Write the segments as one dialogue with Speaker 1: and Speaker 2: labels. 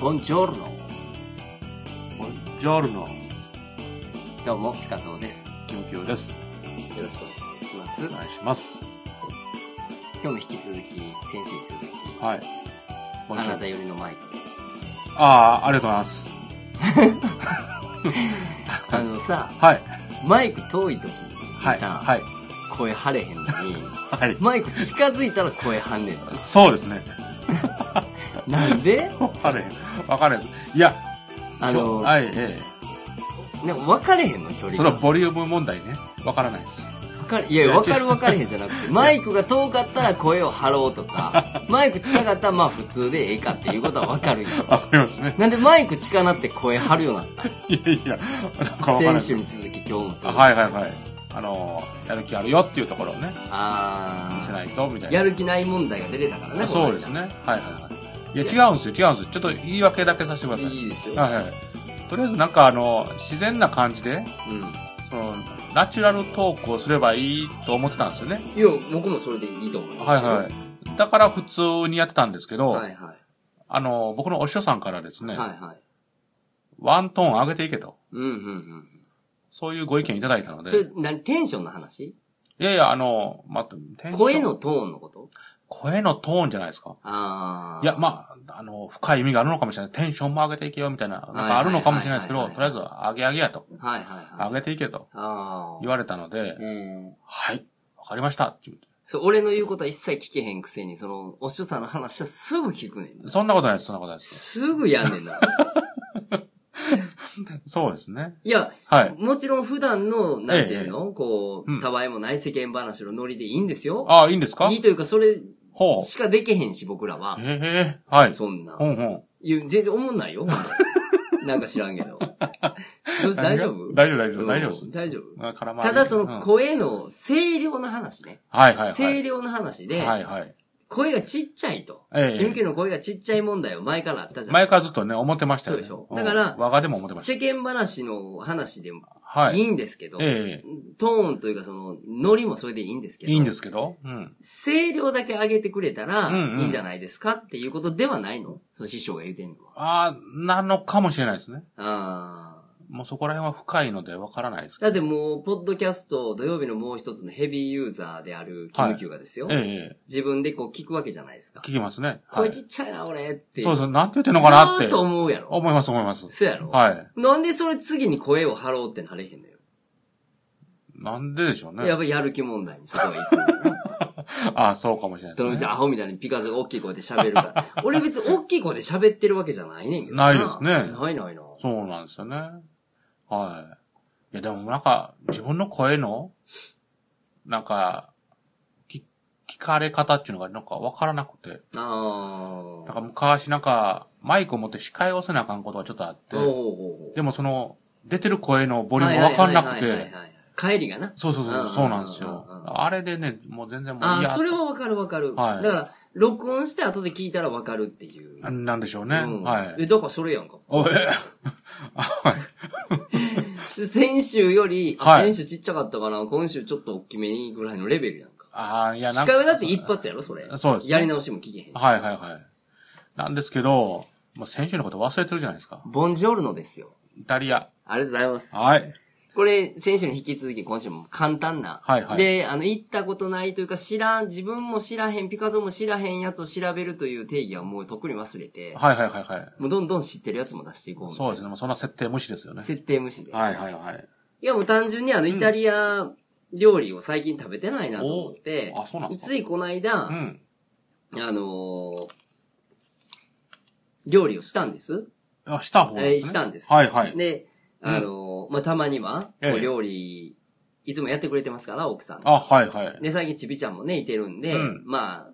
Speaker 1: Buongiorno.
Speaker 2: ジョルノ、
Speaker 1: どうも、ピカゾウです。
Speaker 2: キムキヨです。
Speaker 1: よろしくお願いします。
Speaker 2: お願いします。
Speaker 1: 今日も引き続き、先週に続き、
Speaker 2: はい。
Speaker 1: あ
Speaker 2: もうちょ
Speaker 1: ないた寄りのマイク。
Speaker 2: ああ、ありがとうございます。
Speaker 1: あのさ、
Speaker 2: はい。
Speaker 1: マイク遠い時に
Speaker 2: はい。
Speaker 1: さ、
Speaker 2: はい。
Speaker 1: 声張れへんのに、
Speaker 2: はい。
Speaker 1: マイク近づいたら声張んねん な。
Speaker 2: そうですね。
Speaker 1: なんで
Speaker 2: わかれへん。わかれへん。いや、
Speaker 1: あ
Speaker 2: ち
Speaker 1: の、
Speaker 2: ょはい、え
Speaker 1: なんか分かれへんの距離
Speaker 2: え。それ
Speaker 1: が。
Speaker 2: はボリューム問題ね。わからないです。
Speaker 1: 分かるいやいや、分かる分かれへんじゃなくて、マイクが遠かったら声を張ろうと か、マイク近かったらまあ普通でええかっていうことは分かるよ。
Speaker 2: わかりますね。
Speaker 1: なんでマイク近なって声張るようになっ
Speaker 2: いやいや、なんかわか
Speaker 1: た
Speaker 2: らない
Speaker 1: 先。週に続き今日もそうです。
Speaker 2: はいはいはい。あの、やる気あるよっていうところをね、見
Speaker 1: あ
Speaker 2: せ
Speaker 1: ー
Speaker 2: ないと、みたいな。
Speaker 1: やる気ない問題が出れたからね。
Speaker 2: そうですね。はいはいはい。いや、違うんですよ、違うんですよ。ちょっと言い訳だけさせて
Speaker 1: こ
Speaker 2: く
Speaker 1: の間
Speaker 2: ださい。
Speaker 1: いいですよ。
Speaker 2: はいはい。とりあえずなんかあの、自然な感じで、
Speaker 1: うん。
Speaker 2: その、ナチュラルトークをすればいいと思ってたんですよね。
Speaker 1: いや、僕もそれでいいと思います。
Speaker 2: はいはい。だから普通にやってたんですけど、
Speaker 1: はいは
Speaker 2: あの、僕のお師匠さんからです
Speaker 1: い。
Speaker 2: ね、
Speaker 1: はいはい。
Speaker 2: ワントーン上げていけと、
Speaker 1: うんうんうん。
Speaker 2: そういうご意見いただいたので
Speaker 1: そ、れ、なテンションの話
Speaker 2: いやいや、あの、まあ、テンション
Speaker 1: 声の、トーンのこと
Speaker 2: 声のトーンじゃないですか。
Speaker 1: ああ。
Speaker 2: いや、まあ、あの、深い意味があるのかもしれない。テンションも上げていけよ、みたいな、なんかあるのかもしれないですけ
Speaker 1: はい
Speaker 2: ど、
Speaker 1: はい
Speaker 2: と
Speaker 1: はい
Speaker 2: りあ
Speaker 1: はい
Speaker 2: えず上げ上げやと、
Speaker 1: あ。はいはいはい。
Speaker 2: 上げていけと
Speaker 1: あ
Speaker 2: 言
Speaker 1: あ。
Speaker 2: われたので、
Speaker 1: うん。
Speaker 2: はい、わかりましたって言って
Speaker 1: そう、俺の言うことは一切聞けへんくせに、その、お師匠さんの話はすぐ聞くねん。
Speaker 2: そんなことないです、そんなことないです。
Speaker 1: すぐやんねん な。
Speaker 2: そうですね。
Speaker 1: いや、
Speaker 2: はい。
Speaker 1: もちろん普段の、なんていうの、こ
Speaker 2: う
Speaker 1: う、
Speaker 2: ん
Speaker 1: たわいもない世間話のノリでいいんですよ。
Speaker 2: ああ、いいんですか
Speaker 1: いいというか、それ
Speaker 2: ほう。
Speaker 1: しかできへんし、僕らは。
Speaker 2: ええはい。
Speaker 1: そんな
Speaker 2: ほ。んほん。
Speaker 1: いや全然思んないよ。ほん まなんか知らんけ ど。どうし大丈夫
Speaker 2: 大丈夫、大丈
Speaker 1: う
Speaker 2: 夫、
Speaker 1: ん
Speaker 2: 大丈夫です。
Speaker 1: 大丈夫
Speaker 2: あ絡ま
Speaker 1: ただそ
Speaker 2: うん
Speaker 1: の声の声量の話ね。
Speaker 2: はいはいは
Speaker 1: 声
Speaker 2: い。
Speaker 1: 量の話で、
Speaker 2: はいはい。
Speaker 1: 声がちっちゃいと。
Speaker 2: え
Speaker 1: キムキ
Speaker 2: え。
Speaker 1: の声がちっちゃい問題は前からあったじゃない
Speaker 2: 前からずっとね、思ってましたよね。
Speaker 1: そうでしょ
Speaker 2: ん
Speaker 1: だから
Speaker 2: 我がでも思ってまし
Speaker 1: 世間話の話でも
Speaker 2: た。はいい。
Speaker 1: いんですけど、
Speaker 2: ええ。
Speaker 1: トーンというかその、ノリもそれでいいんですけど、
Speaker 2: いいんですけど。うん。
Speaker 1: 声量だけ上げてくれたら、
Speaker 2: うんうん
Speaker 1: いいんじゃないですかっていうことではないのその師匠が言うてんのは。
Speaker 2: ああ、なのかもしれないですね。
Speaker 1: あー
Speaker 2: もうそこら辺は深いのでわからないですけ
Speaker 1: だってもう、ポッドキャスト、土曜日のもう一つのヘビーユーザーであるキムキューがですよ、
Speaker 2: ど。ええ。
Speaker 1: 自分でこう聞くわけじゃないですか。
Speaker 2: 聞きますね。
Speaker 1: こ
Speaker 2: は
Speaker 1: れ
Speaker 2: い。
Speaker 1: ちっちゃいな、俺って。
Speaker 2: そう
Speaker 1: う。
Speaker 2: そう、なんて言ってんのかなっ
Speaker 1: ずー
Speaker 2: て
Speaker 1: っ。と思うやろ。
Speaker 2: 思います、思います。
Speaker 1: そうやろ、
Speaker 2: はい。
Speaker 1: なんでそれ次に声を張ろうってなれへんのよ。
Speaker 2: なんででしょうね
Speaker 1: やっ。ぱりやる気問題にそこは行くのよね。
Speaker 2: ああ、そうかもしれない
Speaker 1: どの
Speaker 2: で
Speaker 1: み
Speaker 2: す
Speaker 1: ち
Speaker 2: ね。
Speaker 1: アホみたいにピカソが大きい声で喋るから。俺別に大きい声で喋ってるわけじゃないねんけど。
Speaker 2: ないですね
Speaker 1: ないないな。
Speaker 2: そうなんですよね。はい。いや、でもなんか、自分の声の、なんか、き聞かれ方っていうのがなんかわからなくて。
Speaker 1: あ
Speaker 2: なん
Speaker 1: あ。
Speaker 2: か昔なんか、マイクを持って司会をせなあかんことがちょっとあって
Speaker 1: おう、おうおう
Speaker 2: でもその、出てる声のボリューム
Speaker 1: は
Speaker 2: が
Speaker 1: い
Speaker 2: わ
Speaker 1: はい
Speaker 2: かん
Speaker 1: は
Speaker 2: ない
Speaker 1: は
Speaker 2: く
Speaker 1: いはいはい
Speaker 2: て、
Speaker 1: 帰りがな。
Speaker 2: そうそうそう、そうなんです
Speaker 1: うん
Speaker 2: よ
Speaker 1: うんうんう。ん
Speaker 2: あれでね、もう全然もう
Speaker 1: あ
Speaker 2: い
Speaker 1: あ、
Speaker 2: や
Speaker 1: それはわかるわかる。
Speaker 2: はい
Speaker 1: だから、録音して後で聞いたらわかるっていう。
Speaker 2: なんでしょうね。
Speaker 1: うん
Speaker 2: はい。
Speaker 1: え、だからそれやんか。
Speaker 2: おえはい
Speaker 1: 先週より、あ
Speaker 2: はい
Speaker 1: 先週ちっちゃかったかな、今週ちょっと大きめにぐらいのレベルやんか。
Speaker 2: ああ、いや、
Speaker 1: 司
Speaker 2: なん
Speaker 1: 会
Speaker 2: か。
Speaker 1: はだって一発やろ、それ。
Speaker 2: そうですね
Speaker 1: やり直しも聞けへんし。
Speaker 2: はいはいはい。なんですけど、もう先週のこと忘れてるじゃないですか。
Speaker 1: ボンジョルノですよ。
Speaker 2: イタリア。
Speaker 1: ありがとうございます。
Speaker 2: はい。
Speaker 1: これ、先週に引き続き今週も簡単な。
Speaker 2: はいはい
Speaker 1: で、あの、行ったことないというか、知らん、自分も知らへん、ピカゾも知らへんやつを調べるという定義はもうとっくに忘れて、
Speaker 2: はいはいはいはい。
Speaker 1: もうどんどん知ってるやつも出していこうみたい
Speaker 2: そうですね。もうそんな設定無視ですよ
Speaker 1: な。
Speaker 2: ね。
Speaker 1: 設定無視で。
Speaker 2: はいはいはい。
Speaker 1: いやもう単純にあの、イタリア料理を最近食べてないなと思って、
Speaker 2: おあそうなんですか
Speaker 1: ついこの間、
Speaker 2: うん。
Speaker 1: あのー料理をしたんです。
Speaker 2: あ、した方が
Speaker 1: えーしたんです。
Speaker 2: はいはい。
Speaker 1: で、あのーまあ、たまには、
Speaker 2: ええ
Speaker 1: お料理、いつもやってくれてますから、奥さんが。
Speaker 2: あ、はいはい。
Speaker 1: で、最近ちびちゃんもね、いてるんで、
Speaker 2: うん
Speaker 1: まあ、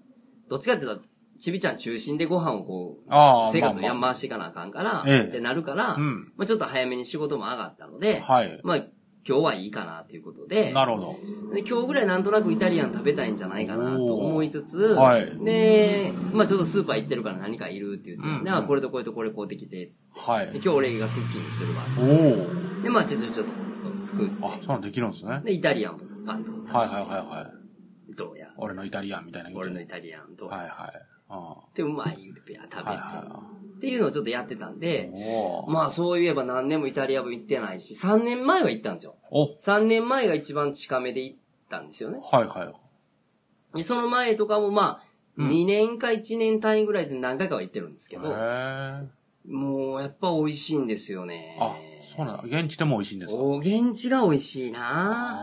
Speaker 1: どっちかっていうと、ちびちゃん中心でご飯をこう、
Speaker 2: ああ、
Speaker 1: 生活をやん
Speaker 2: まあ
Speaker 1: 回していかなあかんから、
Speaker 2: ええ
Speaker 1: ってなるから、
Speaker 2: うん
Speaker 1: まあちょっと早めに仕事も上がったので、
Speaker 2: まあはい。
Speaker 1: まあ今日はいいかなということで、
Speaker 2: なるほ
Speaker 1: で今日ぐらいなんとなくイタリアン食べたいんじゃないかなと思いつつ、
Speaker 2: おーはい
Speaker 1: で、まあちょっとスーパー行ってるから何かいるって言って、
Speaker 2: うん
Speaker 1: であこれとこれとこれこうできて、つって
Speaker 2: ど。は
Speaker 1: で
Speaker 2: い。
Speaker 1: 今日俺がクッキングするわ、つ
Speaker 2: お
Speaker 1: っ
Speaker 2: お。
Speaker 1: てで、まあちょっとちょっと作って、
Speaker 2: あ、そうなんできるんですね。はい
Speaker 1: で、イタリアンもパンと
Speaker 2: は
Speaker 1: 出
Speaker 2: い
Speaker 1: して、
Speaker 2: はいはい。
Speaker 1: どうや、
Speaker 2: 俺のイタリアンみたいな。
Speaker 1: 俺の
Speaker 2: イ
Speaker 1: イタリアンど
Speaker 2: タ
Speaker 1: うや、
Speaker 2: リアン。はいはい。あ
Speaker 1: で、うまい言うて、ペア食べて。
Speaker 2: あはいは
Speaker 1: っていうのをちょっとやってたんで、
Speaker 2: おー
Speaker 1: まあそういえば何年もイタリアも行ってないし、3年前は行ったんですよ。
Speaker 2: お
Speaker 1: 3年前が一番近めで行ったんですよね。
Speaker 2: はいはい。
Speaker 1: で、その前とかもまあ、
Speaker 2: うん
Speaker 1: 2年か1年単位ぐらいで何回かは行ってるんですけ
Speaker 2: へ
Speaker 1: ど、
Speaker 2: え。
Speaker 1: もうやっぱ美味しいんですよね。
Speaker 2: あ、そうなんだ。現地でも美味しいんですか
Speaker 1: お現地が美味しいな
Speaker 2: あ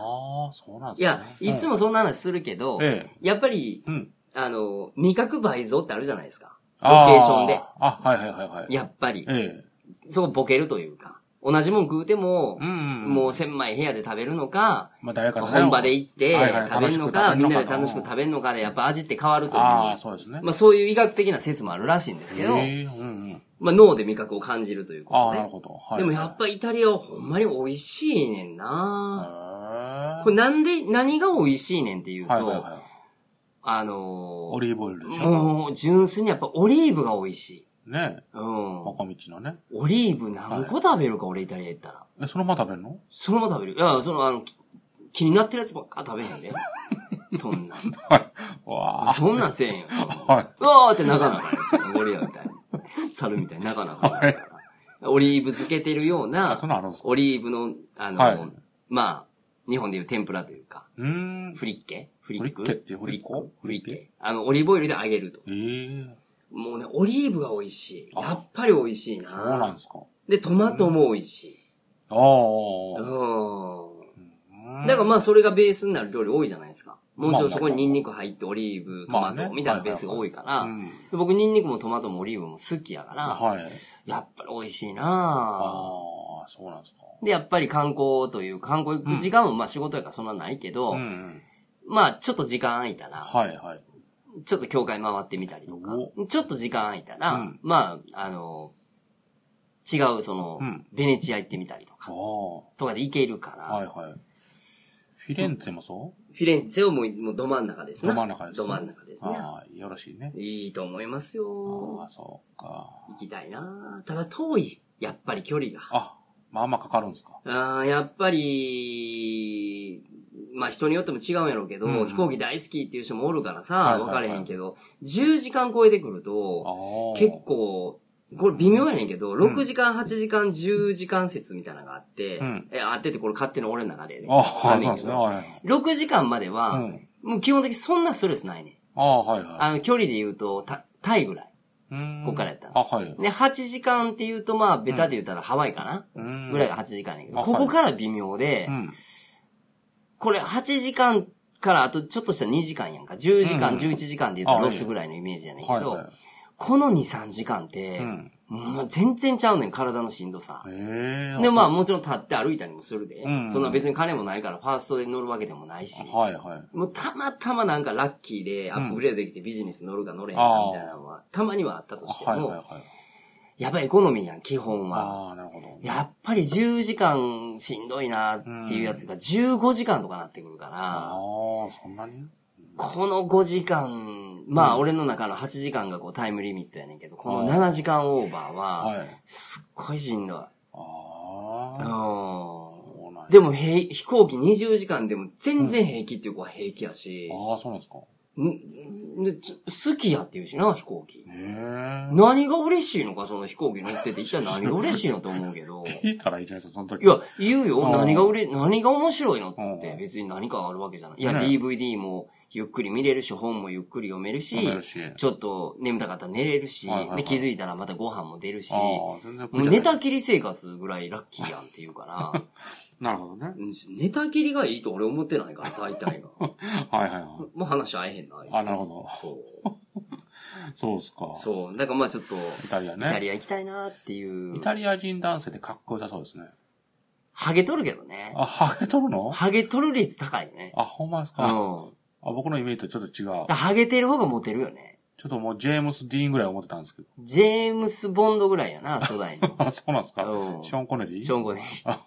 Speaker 2: あ、そうなん
Speaker 1: い
Speaker 2: です
Speaker 1: や
Speaker 2: ね。、
Speaker 1: いつもそんな話するけど、
Speaker 2: うん、ええ。
Speaker 1: やっぱり、
Speaker 2: うん。
Speaker 1: あの、味覚倍増ってあるじゃないですか。ロ
Speaker 2: あ
Speaker 1: ケーションで。。
Speaker 2: あ、はいはいはいはい。
Speaker 1: やっぱり、
Speaker 2: ええ。
Speaker 1: そうボケるというか、同じもん食うても
Speaker 2: う、ん。
Speaker 1: も
Speaker 2: う
Speaker 1: う千枚部屋で食べるのか、
Speaker 2: ん、まあ誰かとね
Speaker 1: 本場で行って
Speaker 2: はいはい
Speaker 1: 食べるの
Speaker 2: 楽しく食べるのか
Speaker 1: か、みんなで楽しく食べるのかで、やっぱ味って変わるという。
Speaker 2: ああ、そうですね。
Speaker 1: まあそういう医学的な説もあるらしいんですけど、
Speaker 2: ええうんうん。
Speaker 1: まあ脳で味覚を感じるというこ
Speaker 2: あ
Speaker 1: と
Speaker 2: あ、な
Speaker 1: で
Speaker 2: る。ほど。はい。
Speaker 1: でもやっぱイタリアはほんまに美味しいねんな
Speaker 2: ぱ
Speaker 1: これなんで、何が美味しいねんっていうと、
Speaker 2: はいはいはい。
Speaker 1: あ
Speaker 2: オ
Speaker 1: の
Speaker 2: リーブオイル
Speaker 1: ー
Speaker 2: でしょ。
Speaker 1: もう純粋にやっぱオリーブが美味しい。
Speaker 2: ねえ。
Speaker 1: うん。
Speaker 2: 若道のね。
Speaker 1: オリーブ何個食べるか、俺イタリア行ったら。
Speaker 2: え、そのまま食べるの
Speaker 1: そのまま食べる。いや、その、あの、き気になってるやつばっか食べへんで。 そんなん。
Speaker 2: はい。わあ。
Speaker 1: そんなんせえへんよ。そん なん
Speaker 2: は
Speaker 1: うわーってなかなかやつよ。ゴリラみたいな。猿みたいになかなかないから。オリーブ漬けてるよう
Speaker 2: い。
Speaker 1: な
Speaker 2: そん、なんあるんですか
Speaker 1: オリーブの、あの、
Speaker 2: はい
Speaker 1: まあ、日本でいう天ぷらというか、
Speaker 2: うーん。
Speaker 1: フリッケフリック
Speaker 2: フリッケってフリッコ
Speaker 1: フリッケ。あの、オリーブオイルで揚げると。
Speaker 2: ええ。
Speaker 1: もうね、オリーブが美味しい。
Speaker 2: あ
Speaker 1: やっぱり美味しい
Speaker 2: そうなん
Speaker 1: な
Speaker 2: ですか。
Speaker 1: で、トマトも美味しい。
Speaker 2: ああ。
Speaker 1: うん。だからまあそれがベースになる料理多いじゃないですか。もちろんそこにニンニク入ってオリーブ、トマ
Speaker 2: まあ
Speaker 1: ト
Speaker 2: ね
Speaker 1: みたいなベースが多いから
Speaker 2: う、ん。
Speaker 1: 僕ニンニクもトマトもオリーブも好きやから、
Speaker 2: はい。
Speaker 1: やっぱり美味しいな
Speaker 2: ああ、そうなんですか。
Speaker 1: で、やっぱり観光という、観光行く時間もまあ仕事やからそんなないけど
Speaker 2: うんう、ん。
Speaker 1: まあちょっと時間空いたら、
Speaker 2: はいはい。
Speaker 1: ちょっと教会回ってみたりとか、ちょっと時間空いた
Speaker 2: う
Speaker 1: ら
Speaker 2: ん、
Speaker 1: まあ、あの、違うその
Speaker 2: うん、
Speaker 1: ベネチア行ってみたりと
Speaker 2: あ
Speaker 1: か、
Speaker 2: あ。
Speaker 1: とかで行けるから、
Speaker 2: はいはい。フィレンツェもそ
Speaker 1: フィレンツェをもうもうど真ん中です
Speaker 2: う
Speaker 1: ね。
Speaker 2: ど真ん中です。
Speaker 1: ど真ん中ですね。
Speaker 2: ああ、よろしいね。
Speaker 1: いいと思います
Speaker 2: あ
Speaker 1: よ
Speaker 2: あ、。そうか。
Speaker 1: 行きたいなただ遠い。やっぱり距離が。
Speaker 2: あ、まあまあかかるんですか。
Speaker 1: あーやっぱり、まあ人によっても違うんやろうけど、
Speaker 2: うん
Speaker 1: 飛行機大好きっていう人もおるから
Speaker 2: はい
Speaker 1: さ、
Speaker 2: はい
Speaker 1: 分
Speaker 2: は
Speaker 1: か
Speaker 2: い
Speaker 1: れへんけど、10時間超えてくる
Speaker 2: ああ
Speaker 1: と、。結構、これ微妙やねんけど、6時間、8時間、10時間説みたいなのがあって、
Speaker 2: うん
Speaker 1: え、あっててこれ勝手に俺の中でね。
Speaker 2: ああ、そう
Speaker 1: あんね
Speaker 2: なん
Speaker 1: ん
Speaker 2: で
Speaker 1: け
Speaker 2: す
Speaker 1: ど
Speaker 2: ね。はい。
Speaker 1: 6時間までは、
Speaker 2: うん。
Speaker 1: もう基本的にそんなストレスないねん。
Speaker 2: ああ、はいはい。
Speaker 1: あの、距離で言うと、たタイぐらい。こ
Speaker 2: こ
Speaker 1: っからやったら
Speaker 2: あ、はい。
Speaker 1: で、8時間って言うと、まあ、ベタで言ったらハワイかな、
Speaker 2: うん
Speaker 1: ぐらいが8時間やけど、
Speaker 2: あ
Speaker 1: ここから微妙で、
Speaker 2: うん。
Speaker 1: これ8時間からあとちょっとした2時間やんか。10時間、
Speaker 2: うん
Speaker 1: 11時間で言った
Speaker 2: あ
Speaker 1: らロスぐらいのイメージやねんけ
Speaker 2: はい
Speaker 1: ど、
Speaker 2: は
Speaker 1: この2、3時間って、
Speaker 2: い。うん。
Speaker 1: もう全然ちゃうねん、体のしんどさ。
Speaker 2: ええ。
Speaker 1: で、まあ、もちろん立って歩いたりもするで、
Speaker 2: うん
Speaker 1: そんな別に金もないからファーストで乗るわけでもないし、
Speaker 2: はいはい。
Speaker 1: もうたまたまなんかラッキーでアップグレードできてビジネス乗るか乗れへんかみたいなのは、たまにはあったとしても、
Speaker 2: はいはいはい。
Speaker 1: やっぱエコノミーやん、基本は。
Speaker 2: ああ、なるほど。
Speaker 1: やっぱり10時間しんどいなっていうやつが15時間とかなってくるか
Speaker 2: あ
Speaker 1: ら、
Speaker 2: あ、そんなに
Speaker 1: この5時間、まあ俺の中の8時間がこうタイムリミットやねんけど、この7時間オーバーは、
Speaker 2: はい。
Speaker 1: すっごいしんどい。
Speaker 2: あ
Speaker 1: うん
Speaker 2: あ。そうなんや
Speaker 1: でもへい飛行機20時間でも全然平気っていう子は平気やし、
Speaker 2: ああ、そうなんですか。
Speaker 1: んでち好きやっていうしな、飛行機。
Speaker 2: え
Speaker 1: 何が嬉しいのか、その飛行機乗ってて、一体何が嬉しいのと思うけ ど。
Speaker 2: え。聞いたらいいじゃないですか、その時。
Speaker 1: いや、言うよ。
Speaker 2: うん
Speaker 1: 何が売れ、何が面白いのっつっ
Speaker 2: う
Speaker 1: て
Speaker 2: ん。
Speaker 1: 別に何かあるわけじゃない。いや、
Speaker 2: ね
Speaker 1: DVD もゆっくり見れるし、本もゆっくり読めるし、
Speaker 2: 飲めるし
Speaker 1: ちょっと眠たかったら寝れるし、
Speaker 2: はいはいは
Speaker 1: で
Speaker 2: い
Speaker 1: 気づいたらまたご飯も出るし、
Speaker 2: あ
Speaker 1: も
Speaker 2: あ、全然食
Speaker 1: う
Speaker 2: いた
Speaker 1: 寝
Speaker 2: ない
Speaker 1: たきり生活ぐらいラッキーやんって言うから、
Speaker 2: なるほどね。
Speaker 1: うん 寝たきりがいいと俺思ってないから、大体が。も
Speaker 2: はいはいは
Speaker 1: う話合えへんな。
Speaker 2: い。あなるほど。
Speaker 1: そう。
Speaker 2: そうっすか。
Speaker 1: そう。だからまあちょっと、
Speaker 2: イタリア
Speaker 1: イタ
Speaker 2: ね。
Speaker 1: リア行きたいなっていう
Speaker 2: イ。タリア人男性でかっこよさそうですね。
Speaker 1: ハゲ取るけどね。
Speaker 2: あ、ハゲとるの
Speaker 1: ハゲ取る率高いね。
Speaker 2: あ、ほんまです
Speaker 1: うん。
Speaker 2: か。あ、僕のイメージとちょっと違う
Speaker 1: だから。ハゲてる方がモテるよね。
Speaker 2: ちょっともうジェームス・ディーンぐらい思ってたんですけど。。
Speaker 1: ジェームス・ボンドぐらいやな、初代の
Speaker 2: あ、そうなんですか
Speaker 1: うん
Speaker 2: ショーン・コネリー
Speaker 1: ショーンゴネリー
Speaker 2: まあ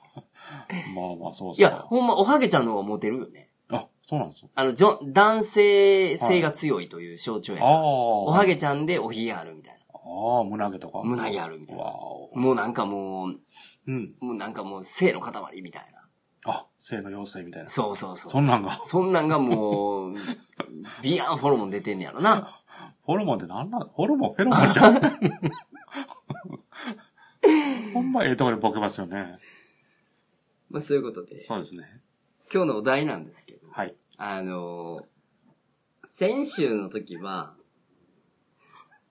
Speaker 2: まあ、そうっ
Speaker 1: い
Speaker 2: す
Speaker 1: や、
Speaker 2: か。
Speaker 1: ほんま、おはげちゃんの方がモテるよね。
Speaker 2: あ、そうなんですよ。
Speaker 1: あの、じょ男性性が強いという象徴や
Speaker 2: あ
Speaker 1: な、
Speaker 2: あ。
Speaker 1: おはげちゃんでおひげあるみたい
Speaker 2: ああ、胸毛とか。
Speaker 1: な。胸毛あるみたいな。
Speaker 2: わお。
Speaker 1: もうなんかもう、
Speaker 2: うん。
Speaker 1: もうなんかもう性の塊みたいな。
Speaker 2: あ、性の妖精みたいな。
Speaker 1: そうそうそう。
Speaker 2: そんなんが。
Speaker 1: そんなんがもう、ビアンホルモン出てんねやろな。
Speaker 2: ホルモンってなんなんホルモンフェロモンじゃん。まええところにボケますよね。
Speaker 1: まあそういうことで、
Speaker 2: そうですね。
Speaker 1: 今日のお題なんですけど、
Speaker 2: はい。
Speaker 1: あのー先週の時は、